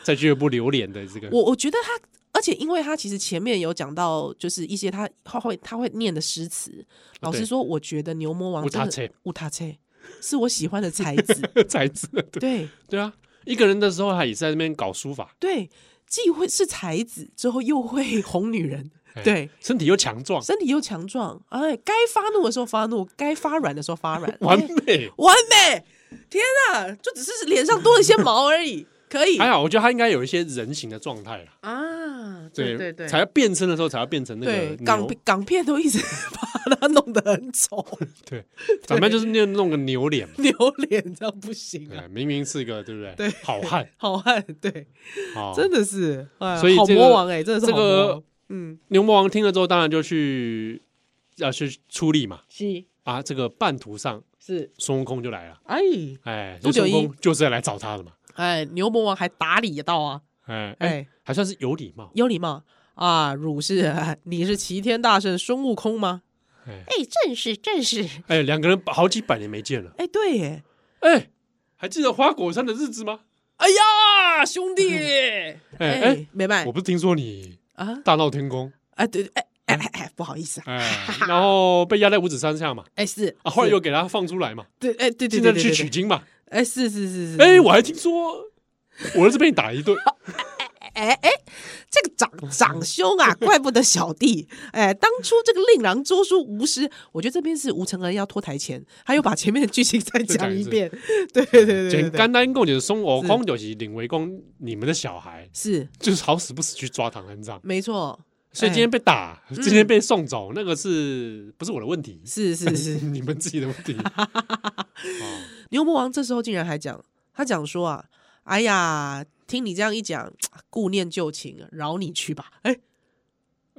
在俱乐部留脸的这个我我觉得他，而且因为他其实前面有讲到，就是一些他他会他会念的诗词。老对实说，我觉得牛魔王有真他册的乌塔切是我喜欢的才 [LAUGHS] 子。才子，对对对啊，一个人的时候他也在那边搞书法，对，既会是才子，之后又会哄女人，哎对，身体又强壮，身体又强壮，哎，该发怒的时候发怒，该发软的时候发软，完哎 [LAUGHS] 美。完美！天哪，就只是脸上多了一些毛而已，可以还好，我觉得他应该有一些人形的状态啦。啊，才要变身的时候才要变成那个对，牛港片港片都一直 [LAUGHS] 把它弄得很丑， [LAUGHS] 对，咱们就是弄弄个牛脸嘛，牛脸这样不行啊对，，明明是个对不对？对好 [LAUGHS] 汉好汉对，啊，真的是，哎呀所以好这个魔王哎，真的是这好魔个王，嗯，牛魔王听了之后，当然就去要去出力嘛。是啊，这个半途上是，孙悟空就来了，哎哎，杜这九孙一悟空就是要来找他的嘛，哎，牛魔王还打理到啊，哎哎，哎，还算是有礼貌，有礼貌啊，汝是 [LAUGHS] 你是齐天大圣孙悟空吗？哎哎，正是正是，哎，两个人好几百年没见了，哎，对耶，哎，还记得花果山的日子吗？哎呀，兄弟，哎哎哎，，没卖我不是听说你啊大闹天宫，啊，对，哎哎哎哎，不好意思啊，哎，然后被压在五指山下嘛，哎是啊，后来是又给他放出来嘛，对，哎对对现在对对去对取对，经嘛，哎是是是是，哎，我还听说我儿子被你打一顿，哎哎，这个长长兄 [LAUGHS] 啊，怪不得小弟。哎，当初这个令郎捉书无师，我觉得这边是吴承恩要脱台前，他又把前面的剧情 [LAUGHS] 再再讲讲一一次遍， [LAUGHS] 对对对对简对，单单跟我讲，孙悟空就是领为公你们的小孩，是就是好死不死去抓唐三藏，没错，哎所以今天被打，嗯今天被送走，那个是不是我的问题？是是是， [LAUGHS] 你们自己的问 [LAUGHS] 题。牛魔王这时候竟然还讲，他讲说啊，哎呀，听你这样一讲，顾念旧情，饶你去吧，哎，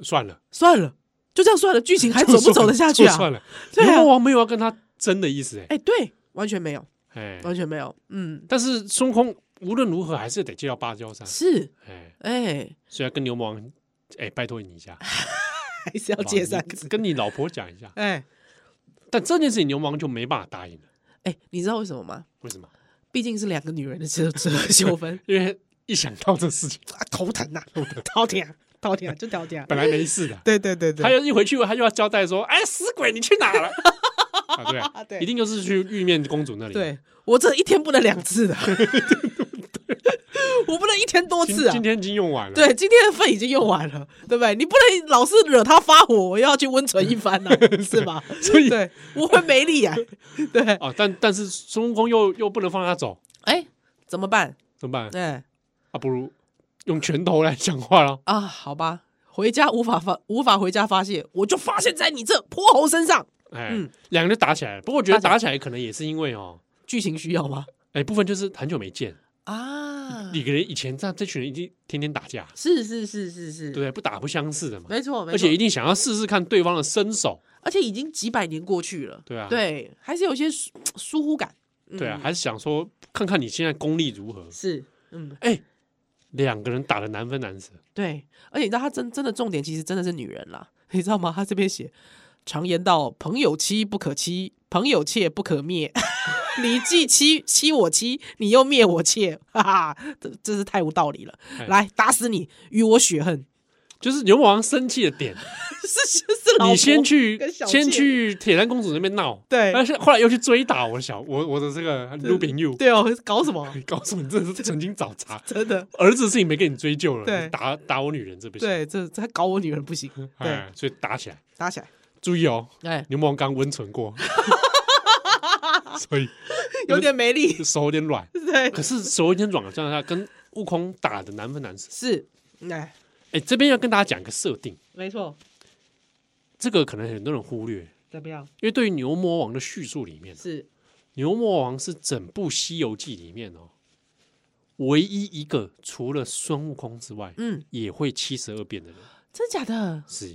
算了，算了，就这样算了，剧情还走不走得下去就算啊？了，对牛啊魔王没有要跟他争的意思，哎哎，对，完全没有，哎，完全没有，嗯，但是孙悟空无论如何还是得借到芭蕉扇， [LAUGHS] 是，哎，哎，所以要跟牛魔王，哎，拜托你一下，还是要好不好借三你个字，跟你老婆讲一下。哎但这件事情牛魔王就没办法答应了，哎，你知道为什么吗？为什么？毕竟是两个女人的 [LAUGHS] 这这纠纷因为一想到这事情， [LAUGHS] 啊，头疼呐，头疼，头疼，就头 [LAUGHS] 疼。本来没事的，对对对他，要一回去，他就要交代说：“哎，死鬼，你去哪 [LAUGHS] 了？”啊，对啊，对一定就是去玉面公主那里。对我这一天不能两次的， [LAUGHS] 我不能一天多今，次啊今。天已经用完了。对，今天的份已经用完了，对不对？你不能老是惹他发火，我又要去温存一番 [LAUGHS] 呢、是吧？所以对，我会没力啊。 [LAUGHS] [LAUGHS] 对，啊，但但是孙悟空又又不能放他走，哎，怎么办？怎么办？哎啊，不如用拳头来讲话了。啊，好吧，回家无法发，无法回家发泄，我就发泄在你这泼猴身上。哎嗯，两个人就打起来了。不过我觉得打起来打起来可能也是因为哦，剧情需要吗？哎，部分就是很久没见，啊，几个人以前这这群人已经天天打架，是是是是是，对不，对？不打不相识的嘛。没错，没错而且一定想要试试看对方的身手，而且已经几百年过去了，对啊对，还是有一些疏疏忽感。嗯对啊，还是想说看看你现在功力如何。是，嗯，哎，两个人打的难分难舍，对，而且你知道他真真的重点其实真的是女人啦， [LAUGHS] 你知道吗？他这边写常言道，朋友妻不可欺，朋友妾不可灭。 [LAUGHS] 你既欺欺我妻，你又灭我妾，哈哈，这真是太无道理了！哎来打死你，与我血恨， [LAUGHS] 就是牛魔王生气的点，是是是老 [LAUGHS] 你先婆去跟小妾先去铁扇公主那边闹，对但是后来又去追打我小我我的这个 Lupin You， [LAUGHS] 对哦，搞什么？ [LAUGHS] 你告诉你这是曾经找茬，真的儿子的事情没跟你追究了，对你打打我女人这不行，对，这这他搞我女人不行，对哎，，所以打起来，打起来，注意哦，哎，牛魔王刚温存 [LAUGHS] 过，所以有点没力，手有点 [LAUGHS] 软，对，可是手有点软的状态下跟悟空打的难分难舍。是，哎，哎，这边要跟大家讲一个设定，没错，这个可能很多人忽略，怎么样？因为对于牛魔王的叙述里面，啊是牛魔王是整部《西游记》里面哦，唯一一个除了孙悟空之外，嗯，也会七十二变的人，真假的？是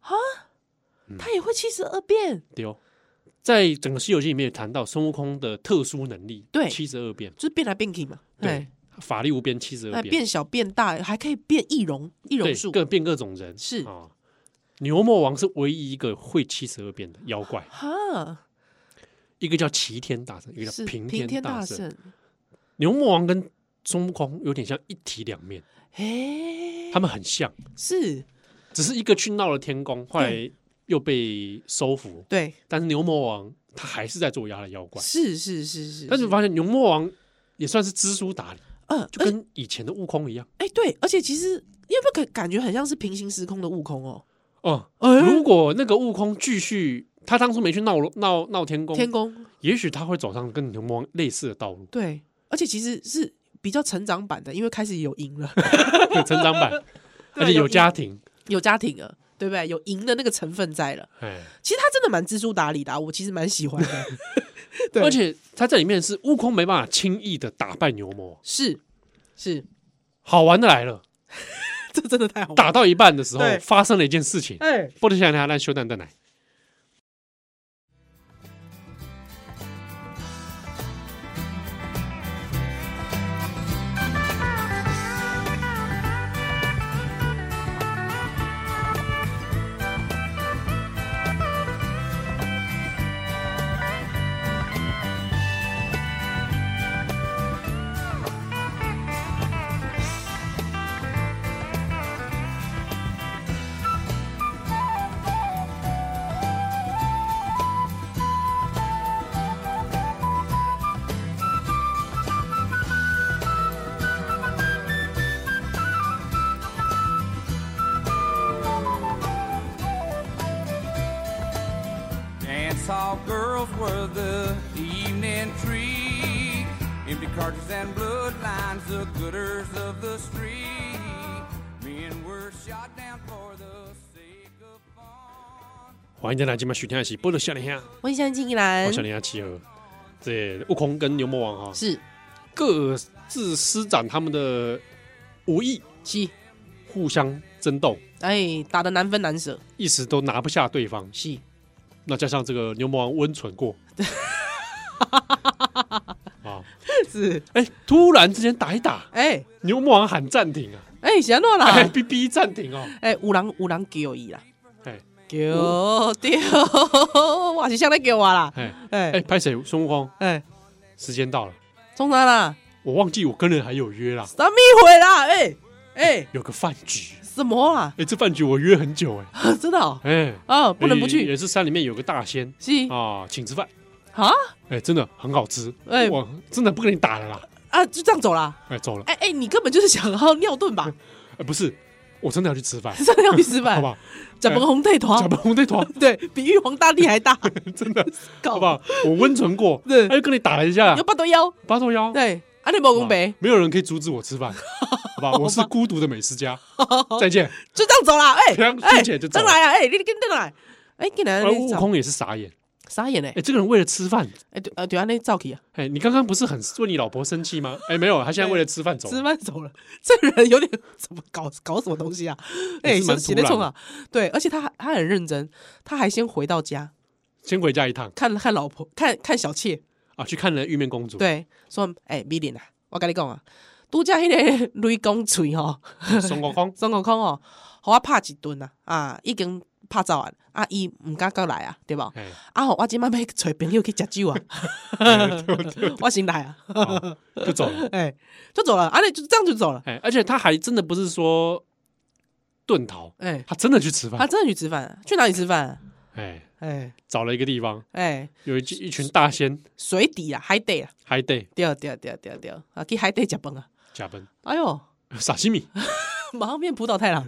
嗯他也会七十二变，对哦。在整个《西游记》里面也谈到孙悟空的特殊能力，对七十二变，就是变来变去嘛。对，法力无边，七十哎，二变变，小变大，还可以变易容易容对，术。各变各种人是啊、牛魔王是唯一一个会七十二变的妖怪，哈，一个叫齐天大圣，一个是叫平平天大圣。圣。牛魔王跟孙悟空有点像一体两面，哎，他们很像，是只是一个去闹了天宫，后来又被收服，对，但是牛魔王他还是在做压的妖怪。是是是是。但是我发现牛魔王也算是知书达理，嗯，就而且跟以前的悟空一样。哎对，而且其实你有没有感感觉很像是平行时空的悟空哦？哦，哎如果那个悟空继续，他当初没去闹闹闹天宫，天宫，也许他会走上跟牛魔王类似的道路对，而且其实是比较成长版的，因为开始有赢了， [LAUGHS] 有成长版，而且有家庭。有家庭了，对不对？有赢的那个成分在了。哎，其实他真的蛮知书达理的啊、我其实蛮喜欢的。 [LAUGHS] 对而且他在里面是悟空没办法轻易的打败牛魔王。是是，好玩的来了，这真的太好玩了。打到一半的时候对发生了一件事情，哎，波多想想让修蛋蛋来。 「 Dancehall girls were the evening treat. Empty cartridges and bloodlines, the gooders of the street. Men were shot down for the sake of fun. 欢迎再来今晚收听的是《波罗少年兄》，我想进来我少年兄七儿，这悟空跟牛魔王哈，是各自施展他们的武艺，七，互相争斗，哎，打的难分难舍，一时都拿不下对方。是那加上这个牛魔王温存过，啊，是，哎，突然之间打一打，哎牛魔王喊暂停啊，哎，是安怎啦？哎，逼逼暂停哦，哎，有人有人叫伊啦，哎叫对， [LAUGHS] 我是向来叫我啦，哎哎，哎拍谁？孙悟空，哎，时间到了，中山啦，我忘记我跟人还有约啦，三米回啦，哎哎，有个饭局，什么啦？哎，这饭局我约很久，哎 [LAUGHS] 真的哦哎，啊，不能不也去，是山里面有个大仙是啊，请吃饭，啊哎，真的很好吃，哎，哎我真的不跟你打了啦，啊，就这样走啦。哎，走了，哎哎，你根本就是想要尿遁 [LAUGHS] 吧？哎，不是，我真的要去吃饭，真的要去失败好不，好？怎么红带团假？扮红队 [LAUGHS] 团。哎对比玉皇大帝还大，真的，搞好不好？我温存过，对他就跟你打了一下有，八头腰，八头腰，对，啊，你毛好不公好白，没有人可以阻止我吃 [LAUGHS] 饭，好吧？我是孤独的美食家，再见。就这样走啦，哎这样哎，并且就走正了来啊，哎，你你跟正来，哎，跟来而悟走，空也是傻眼，傻眼嘞哎，，这个人为了吃饭，哎，对呃对啊，那照起啊，哎，你刚刚不是很为你老婆生气吗？哎，没有，他现在为了吃饭走了，吃饭走了， [LAUGHS] 这人有点怎么搞搞什么东西啊？也哎，是蛮想突写然得的冲啊，对，而且他还他很认真，他还先回到家先回家一趟看看老婆，看看小妾，啊，去看了玉面公主，对，说哎，米玲啊，我跟你讲啊，拄则迄个雷公锤吼。孙悟空，孙悟空哦，互我拍一顿啊，啊，已经拍走啊，啊，伊毋敢过来啊，对无？ [LAUGHS] 哎，啊，吼，我即摆要找朋友去 [LAUGHS] 食酒啊，我先来啊，好就走了，哎、就走了，啊，那就这样就走了，哎，而且他还真的不是说遁逃，哎、他真的去吃他饭，真的去吃饭、去哪里吃饭、啊？哎，哎、找了一个地方，哎、有一一群大仙水底啊，海底啊，海底对对对对对，啊，去海底食饭啊，加分，哎哟，沙西米。 [LAUGHS] 马上变浦岛太郎，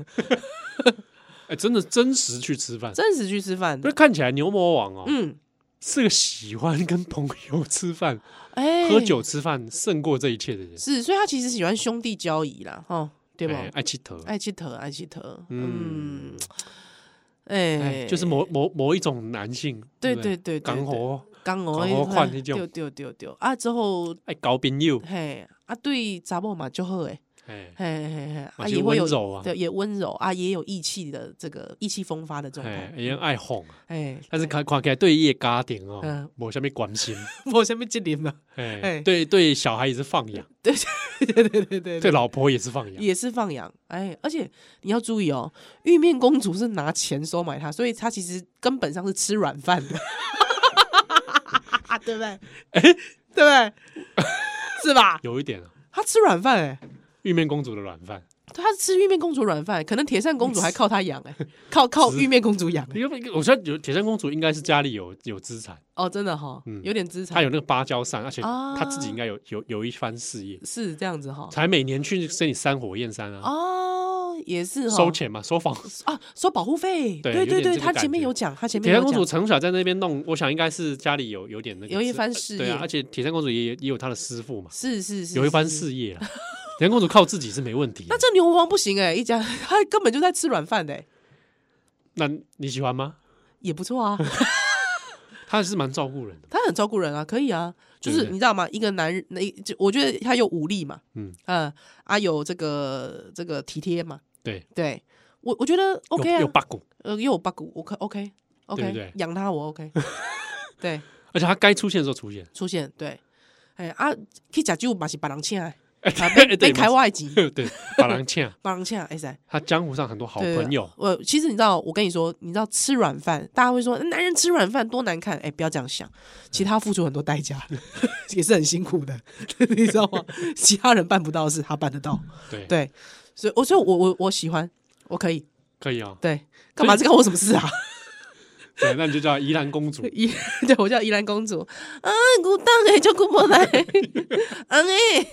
哎，真的真实去吃饭， [LAUGHS] 真实去吃饭那，看起来牛魔王哦，嗯，是个喜欢跟朋友吃饭、哎、喝酒吃饭胜过这一切的人，是，所以他其实喜欢兄弟交谊啦，吼，对不？哎爱吃头，爱去特，爱去特，嗯嗯，哎、哎，就是某某某一种男性，对不对对对港火刚哦，搞好看那种丢丢丢丢啊！之后爱搞朋友，嘿啊，对查某嘛就好诶，哎，嘿嘿嘿，啊嘛就也会有温柔啊对，也温柔啊，也有意气的这个意气风发的状哎态，，也爱哄啊，哎，但是看看起来对叶家庭哦嗯，没什么关心，我下面接连了，哎，哎对对，小孩也是放养， [LAUGHS] 对对对对对老婆也是放养，也是放养，哎，而且你要注意哦，玉面公主是拿钱收买她，所以她其实根本上是吃软饭的， [LAUGHS] 啊对 [LAUGHS] 不对？对 [LAUGHS] 不对？是吧？有一点啊，她吃软饭哎、玉面公主的软饭，她吃玉面公主软饭，可能铁扇公主还靠她养哎、靠靠玉面公主养、哎因为我觉得有铁扇公主应该是家里有有资产，哦，真的哈、嗯有点资她产有那个芭蕉扇，而且啊她自己应该有有有一番事业。是这样子哈、才每年去申请山火焰山啊，哦，也是哈、收钱嘛，收房。啊，收保护费，对对有对点对，这个她感前面觉有讲，她前铁扇面有公讲主，从小在那边弄，我想应该是家里有有点那个有一资番事对啊业，而且铁扇公主也也有她的师傅嘛，是是是有一番是是事业啊。铁扇公主靠自己是没问题的。那这牛魔王不行哎、一家他根本就在吃软饭的、欸，那你喜欢吗？也不错 [LAUGHS] 啊，她是蛮照顾人的，他很照顾人啊，可以啊，就对是对你知道吗？一个男人，那就我觉得他有武力嘛，嗯呃啊有这个这个体贴嘛，对，对我我觉得 OK 有啊，有八股，呃又有八股，OK OK 对 OK，对养他我 [LAUGHS] OK，对，而且她该出现的时候出现。出现对，哎、啊去假酒嘛是把人请 [LAUGHS] 的，哎啊对被被开嘛，外籍 [LAUGHS] 对，把人欠，把人请的哎塞。她啊江湖上很多好对啊朋友，我其实你知道，我跟你说，你知道吃软饭，大家会说男人吃软饭多难看，哎，不要这样想，其实他付出很多代价， [LAUGHS] 也是很辛苦的， [LAUGHS] 你知道吗？ [LAUGHS] 其他人办不到的事，他办得到，对，对，所以我所以我我我喜欢，我可以，可以啊。对，干嘛这关我什么事啊？，对，那你就叫宜兰公主 [LAUGHS] 依对我叫依兰公主，啊，古当哎，就顾莫来， [LAUGHS] 嗯哎，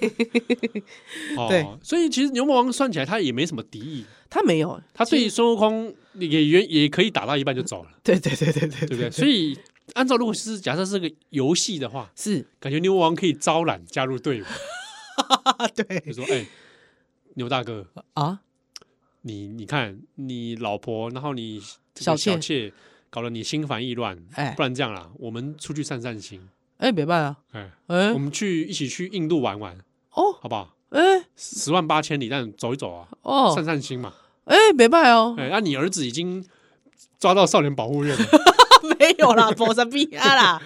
哦对，所以其实牛魔王算起来他也没什么敌意，他没有，他对孙悟空也也也可以打到一半就走了。对对对对对对对 [LAUGHS] 不对？所以按照如果是假设是个游戏的话，是感觉牛王可以招揽加入队伍，啊，对就 [LAUGHS] 说：“哎、牛大哥，啊，你你看你老婆，然后你这个小妾小妾搞得你心烦意乱，哎不然这样啦，我们出去散散心，哎，没办法，哎，哎我，们去一起去印度玩玩，哦，好不好？哎，十万八千里，但走一走啊，哦散，散心嘛。哎，没办法哦，哎，那、你儿子已经抓到少年保护院了， [LAUGHS] 没有啦，保什么啊 [LAUGHS] 啦，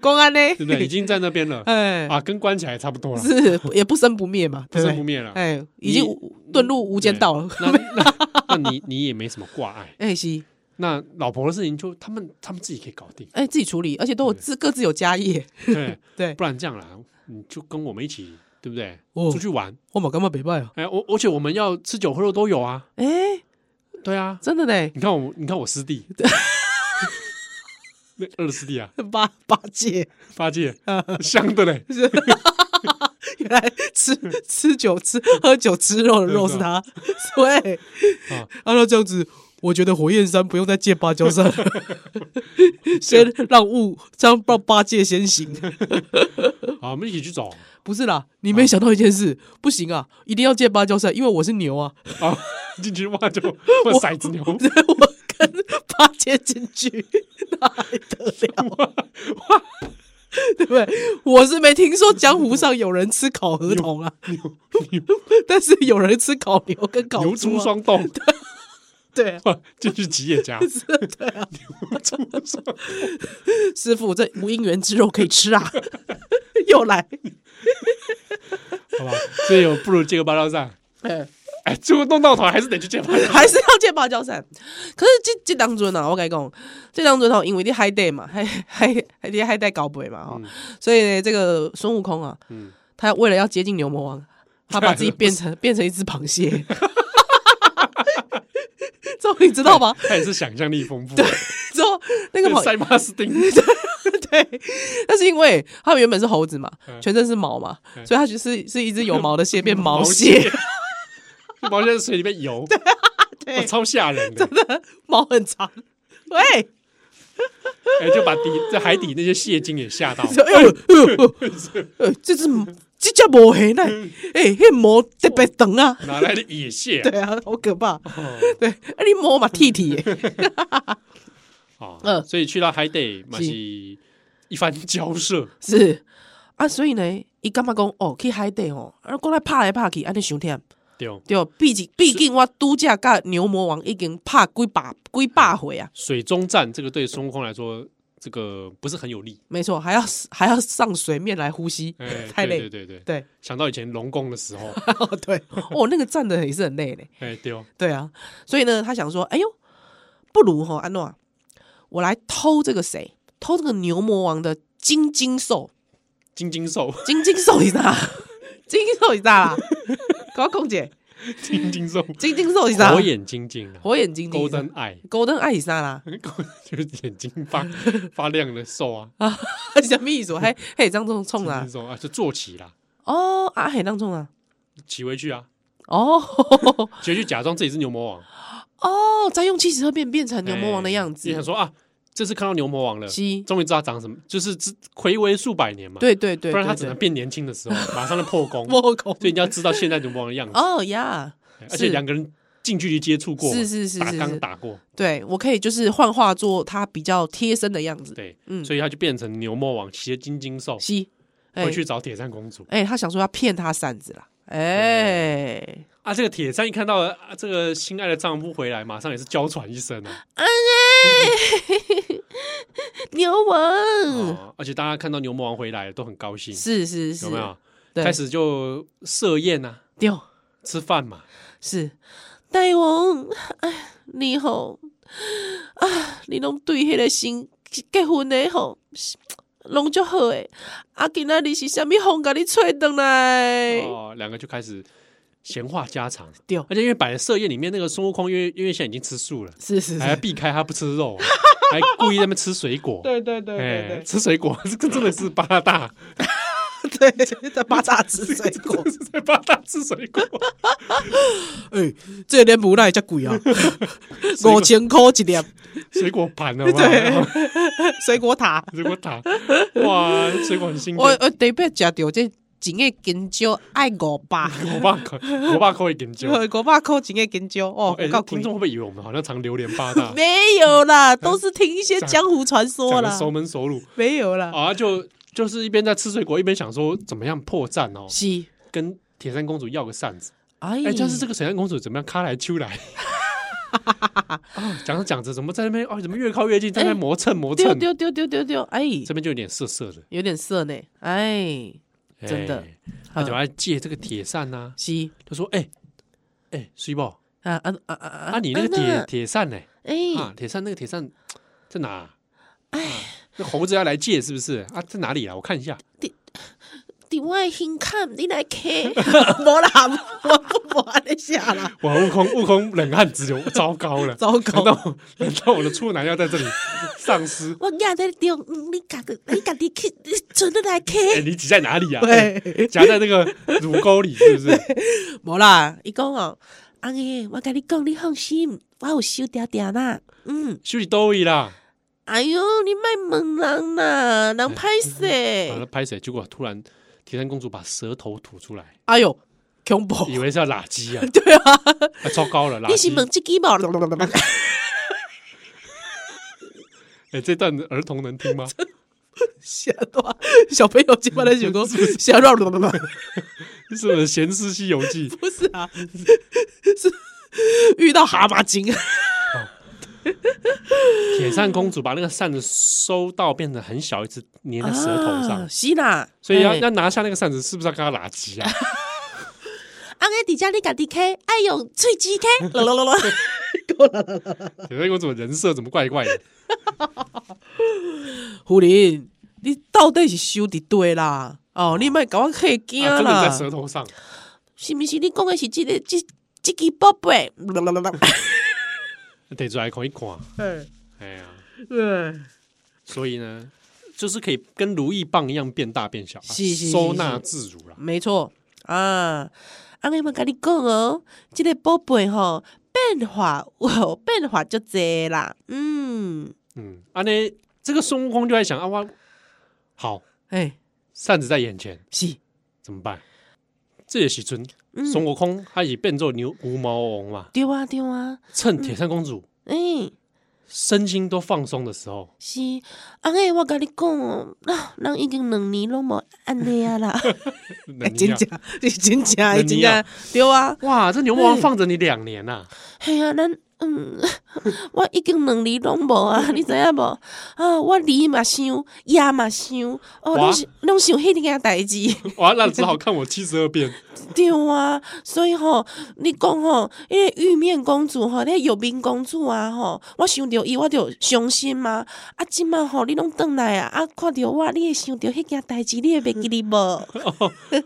公安呢？ [LAUGHS] 对不对？已经在那边了哎，啊，跟关起来差不多了， [LAUGHS] 是也不生不灭嘛，不对生对不灭了。哎，已经你无遁入无间道了。那那那你你也没什么挂碍， [LAUGHS] 哎，是，那老婆的事情就他们他们自己可以搞 [LAUGHS] 定，哎，自己处理，而且都有对自各自有家业， [LAUGHS] 对，对不，然这样啦，你就跟我们一起，对不对？哦出去玩，我嘛感觉没办法。哎，我而且我们要吃酒喝肉都有啊，哎，对啊，真的 [LAUGHS] 呢，你看我，你看我师 [LAUGHS] 弟，那二师弟啊，八八戒八戒嗯香的嘞， [LAUGHS] 原来 [LAUGHS] 吃吃酒吃喝酒吃肉的肉是他， [LAUGHS] 对。啊，按照这样子，我觉得火焰山不用再借芭蕉扇了， [LAUGHS] 先让雾，这样让八戒先行。啊好，我们一起去走不是啦，你啊没想到一件事，不行啊，一定要借芭蕉扇，因为我是牛啊， [LAUGHS] 啊，进去哇就哇骰子牛，我跟八戒进去，那还得了？对不对？我是没听说江湖上有人吃烤河童啊，但是有人吃烤牛跟烤牛猪出啊双洞，对啊，哇进去吉野 [LAUGHS] 家，对啊，师傅，这无因缘之肉可以吃啊！ [LAUGHS] 又来， [LAUGHS] 好吧，所以我不如借个芭蕉扇，哎哎，最后弄到头还是得去借芭蕉扇，还是要借芭蕉扇。可是这这当中啊，我跟你讲，这当中吼，因为你海带嘛，海海海你海带搞背嘛，哈、嗯所以呢，这个孙悟空啊，嗯他为了要接近牛 [LAUGHS] 魔王，他把自己变成 [LAUGHS] 变成一只螃蟹。 [LAUGHS] 之后你知道吗？他也是想象力丰富，对，之后那个螃塞马斯丁， [LAUGHS] 对，那是因为他们原本是猴子嘛，全身是毛嘛，嗯所以它就是是一只有毛的 [LAUGHS] 蟹变毛蟹，，啊毛蟹在水里面游，哇超吓人的，毛很长。喂，哎，就把底在海底那些蟹精也吓到，说哎呦哎呦，哎呦呃，这只这只毛很呢，哎，那毛特别长啊，哪来的野蟹啊？对啊，好可怕。哦对，啊你摸嘛剃剃，哦，嗯所以去到海底嘛是是一番交涉，是啊，所以呢，伊感觉讲哦，去海底吼，啊，过来拍来拍去，安尼伤忝。对，哦对，毕竟毕竟我拄则甲牛魔王已经拍几百几百回啊，水中战这个对孙悟空来说，这个不是很有利，没错，还要还要上水面来呼吸哎，， [LAUGHS] 太累。对对对对，对，想到以前龙宫的时 [LAUGHS] 候，哦对，哦那个站的也是很累嘞。哎，对哦，对啊，所以呢，他想说，哎呦，不如哈安诺，啊我来偷这个谁，偷这个牛魔王的金金兽，金金 [LAUGHS] 兽，金金兽你啥？金金兽你啥啦？高空姐，金金兽，金金兽你啥？火眼金睛啊，火眼金睛， ，Golden Eye。 [LAUGHS] golden 爱你啥啦？ [LAUGHS] 就是眼睛发发亮的兽啊，啊，什么意思？还还当中冲金啦金？兽啊，就坐骑啦，哦，啊，还当中啦？骑回去啊，哦 [LAUGHS] 骑回去假装自己是牛魔王，哦，再用七十二变变 [LAUGHS] 成牛魔王的样哎子你想。说啊，这次看到牛魔王了，七，终于知道他长什么，就是只暌违数百年嘛，，对对对，不然他对只能对变年轻的时候，马上就破 [LAUGHS] 功，所摸狗。以你要知道现在牛魔王的样子，哦呀，哎而且两个人近距离接触过嘛，是是是打是刚是打过，对我可以就是幻化做他比较贴身的样子。对，嗯所以他就变成牛魔王，骑着金金兽西，哎回去找铁扇公主哎，他想说要骗他扇子啦。哎，啊，这个铁扇一看到啊这个心爱的丈夫回来，马上也是娇喘一声啊。牛王，哦，而且大家看到牛魔王回来都很高兴，嗯是是是，有没有？对开始就设宴啊，丢吃饭嘛，是大王，哎，你吼，啊，你拢对迄个新结婚的吼，拢足好诶。啊，今仔日是啥物风甲你吹倒哎来？哦，两个就开始闲话家常。丢而且因为摆的设宴里面那个孙悟空，因为因为现在已经吃素了，是是还要是，避开他不吃 [LAUGHS] 肉啊，还故意在那边吃水果。对对 [LAUGHS] 对哎，吃水果这个真的是八大， [LAUGHS] 对，在八大枝水果， [LAUGHS] 是在八大吃水 [LAUGHS] 果，哎，这连母奶才贵 [LAUGHS] 啊，五千块一粒水果盘好不对好？水果塔。水果嗯塔，哇，水果很新我鲜，我第一遍食到这一个香蕉爱五 [LAUGHS] 百，我爸可我爸可以研究。五百块一个香蕉 [LAUGHS] 哦，哎有够，贵，听众会不啊会以为我们好像常流连八大没有 [LAUGHS] 啦，都是听一些江湖传说讲啦 [LAUGHS] 的，熟门熟路没有啦，啊？就就是一边在吃水果，一边想说怎么样破绽哦，是，跟铁扇公主要个扇子。哎哎，就是这个铁扇公主怎么样，卡来秋来。 [LAUGHS] 啊，讲着讲着，怎么在那边哦？怎么越靠越近，在那边磨蹭磨丢蹭，丢丢丢丢丢，哎，这边就有点涩涩的，有点涩呢，哎，真的嗯哎。他就来借这个铁扇呐，是就说：“哎哎，水宝，啊啊啊啊啊，你那个铁铁扇呢？哎，嗯啊，铁扇那个铁扇在哪啊？哎，那猴子要来借是不是？啊，在哪里啊？我看一下。伫我的心坎，你来看。啊， [LAUGHS] 没啦，我不玩得下啦，哇，悟空，悟空冷汗直流， [LAUGHS] 糟糕了，糟难 [LAUGHS] 糕，道难道我的处男要在这里丧 [LAUGHS] 失？我压在中央，你家个，你家己去，你存得来去。哎，你挤在哪里啊？哎对，夹在那个乳沟里是不是？没啦，伊讲哦，阿爷，我甲你讲，你放心，我有收条条啦。嗯，休息多一啦。哎哟，你莫问人啦，人歹然后 [LAUGHS] 势。拍谁？结果突然铁扇公主把舌头吐出来，哎呦，恐怖，以为是要垃圾啊！哦 [LAUGHS] 对啊，啊糟糕了，[LAUGHS] 垃你是问圾！即支无？ [LAUGHS] 哎，这段儿童能 [LAUGHS] 听吗？吓到小朋友今晚的雪糕， [LAUGHS] 吓到， [LAUGHS] 是不是《闲思西游记》不是啊， [LAUGHS] 是遇到蛤蟆精，铁扇公主把那个扇子收到变成很小一只，粘 [LAUGHS] 在舌头上，啊是啦，所以要哎要拿下那个扇子，是不是要跟他垃圾 [LAUGHS] 啊？阿爷，伫遮你家己去，爱用喙齿去。 [LAUGHS] 铁扇公主的人设怎么怪怪的？胡林，你到底是收伫对啦？哦，你莫甲我吓惊啊真啦！的在舌头上，是毋是？你讲的是即个即即支宝贝？得出来看一看。哎哎呀，对，所以呢，就是可以跟如意棒一样变大变小，啊是是是收纳自如啦。没错啊，阿爷嘛甲你讲哦，即、个宝贝吼变化有变化足济啦。嗯，嗯，啊，那这个孙悟空就在想啊，哇，好，哎、扇子在眼前，是怎么办？这也许尊嗯孙悟空他也变做牛无毛王嘛，对啊对啊，趁铁扇公主嗯哎、身心都放松的时候，是，阿爷我甲你讲哦，啊咱已经两年拢无安尼啊啦。哎、能真 [LAUGHS] 量假，你真假，人真一样假，对啊，哇，这牛魔王放着你两年呐、嘿啊，咱嗯， [LAUGHS] 我已经两年拢无啊，你知影无？啊，我离嘛想，夜嘛想，哦，哇拢是拢想迄件代志，哇，那只好看我七十二变，对啊。所以吼、你讲吼、迄、个玉面公主吼、迄、个玉面公主啊吼、我想着伊，我就伤心嘛。啊，即满吼，你拢转来啊，啊，看着我，你会想着迄件代志，你会袂记哩无？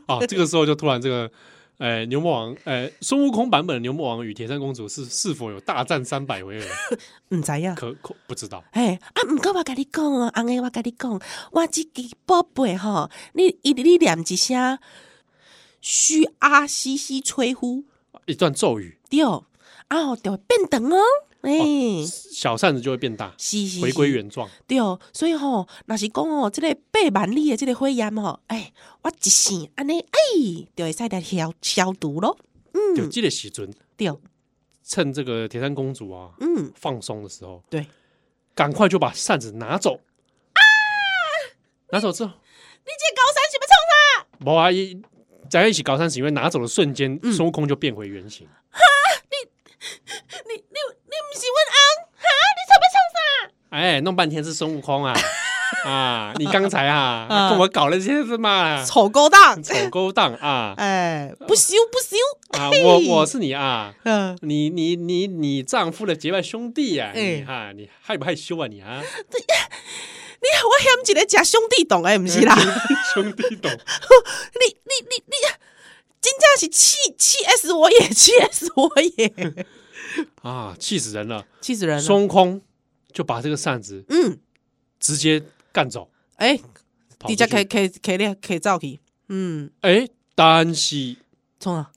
啊，这个时候就突然这个，呃，牛魔王，呃，孙悟空版本的牛魔王与铁扇公主是是否有大战三百回合？毋知影，可可不知道，嘿，啊，毋过我甲你讲哦，红诶，我甲你讲，我即支宝贝吼，你伊你念一声，啊虚阿西西吹呼，一段咒语，对，啊，吼，就会变长哦，诶、小扇子就会变大，是是回归是原状。对，所以吼、若是讲吼、即、个八万里诶，即个火焰吼、哎，我一醒安尼，哎，就会使来消消毒咯，就这个时准，对，趁这个铁扇公主啊嗯，放松的时候，对，赶快就把扇子拿走。拿走之后，你这高山什么冲他？无啊，伊在一起高山是因为拿走的瞬间，孙悟空就变回原形。你你你毋是阮翁哈？你想要创啥？哎，弄半天是孙悟空啊啊！你刚才啊跟我搞了些什么啊丑勾 [LAUGHS] 当，丑勾当 [LAUGHS] 啊哎、不修不修，啊！我我是你啊！嗯、你你你你丈夫的结拜兄弟呀、啊！你哎啊，你害不害羞啊你啊？你我嫌一个假兄弟懂哎，毋 [LAUGHS] 是啦， [LAUGHS] 兄弟懂，你你你你，真正是气气死我也，气死我也，啊，气死人了！ [LAUGHS] 气死人了，孙悟空就把这个扇子嗯，直接干走，哎、跑底出下可以去可以可以可以走去，嗯，哎，但是从啊，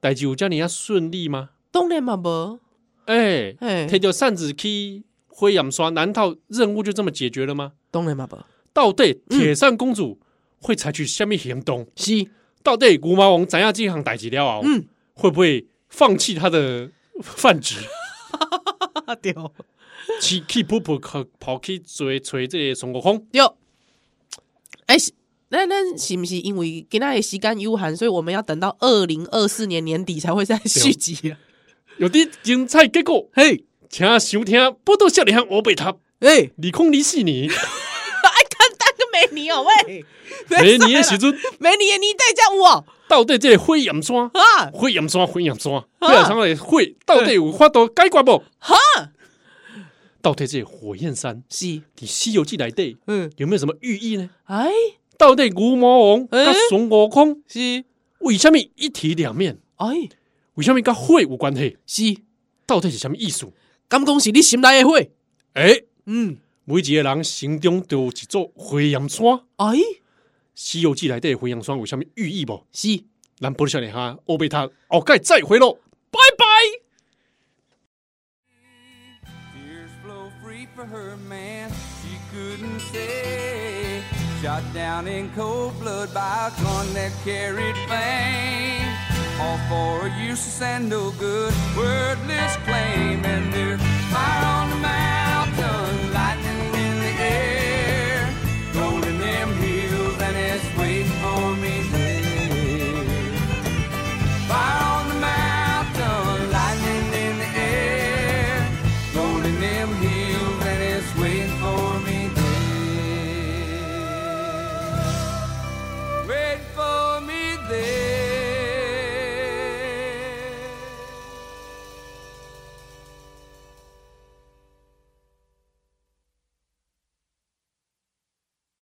代志有叫你要顺利吗？当然嘛无，哎，哎，摕着扇子去灰岩刷，难道任务就这么解决了吗？当然嘛无，到底铁扇公主会采取什么行动？是，到底古魔王咱要这行逮几了啊？嗯，会不会放弃他的饭局， [LAUGHS] 啊对哦去去瀑布跑跑去追追这个孙悟空？对，哎是。那那是不是因为给那里时间有限，所以我们要等到二零二四年年底才会再续集啊？有的精彩结果，嘿，请收听《波多笑脸和我被他哎，理空理死 [LAUGHS] 你》，爱看单哎个美女哦 [LAUGHS] 喂，每年的时阵美女的年代才有哦到底这个灰岩 [LAUGHS] 山、啊！灰岩山、灰 [LAUGHS] 岩山，灰岩山的灰到底有法度解决无？哈？到底这个火焰山是，你《西游记》来对嗯，有没有什么寓意呢？哎，到底牛魔王跟欸孙悟空是，为什么一体两面？哎，为什么跟火有关系？是，到底是什么意思？敢讲是你心内的火，哎、嗯，每一个人心中都有一座火焰山，《哎，西游记》来对火焰山有什么寓意不？是。咱不晓得哈，欧贝塔，后盖再回喽，拜拜。 Tears flow free for her man, she couldn't say. Shot down in cold blood by a gun that carried fame. All for a useless and no good, wordless claim, and they're fire on the mountain.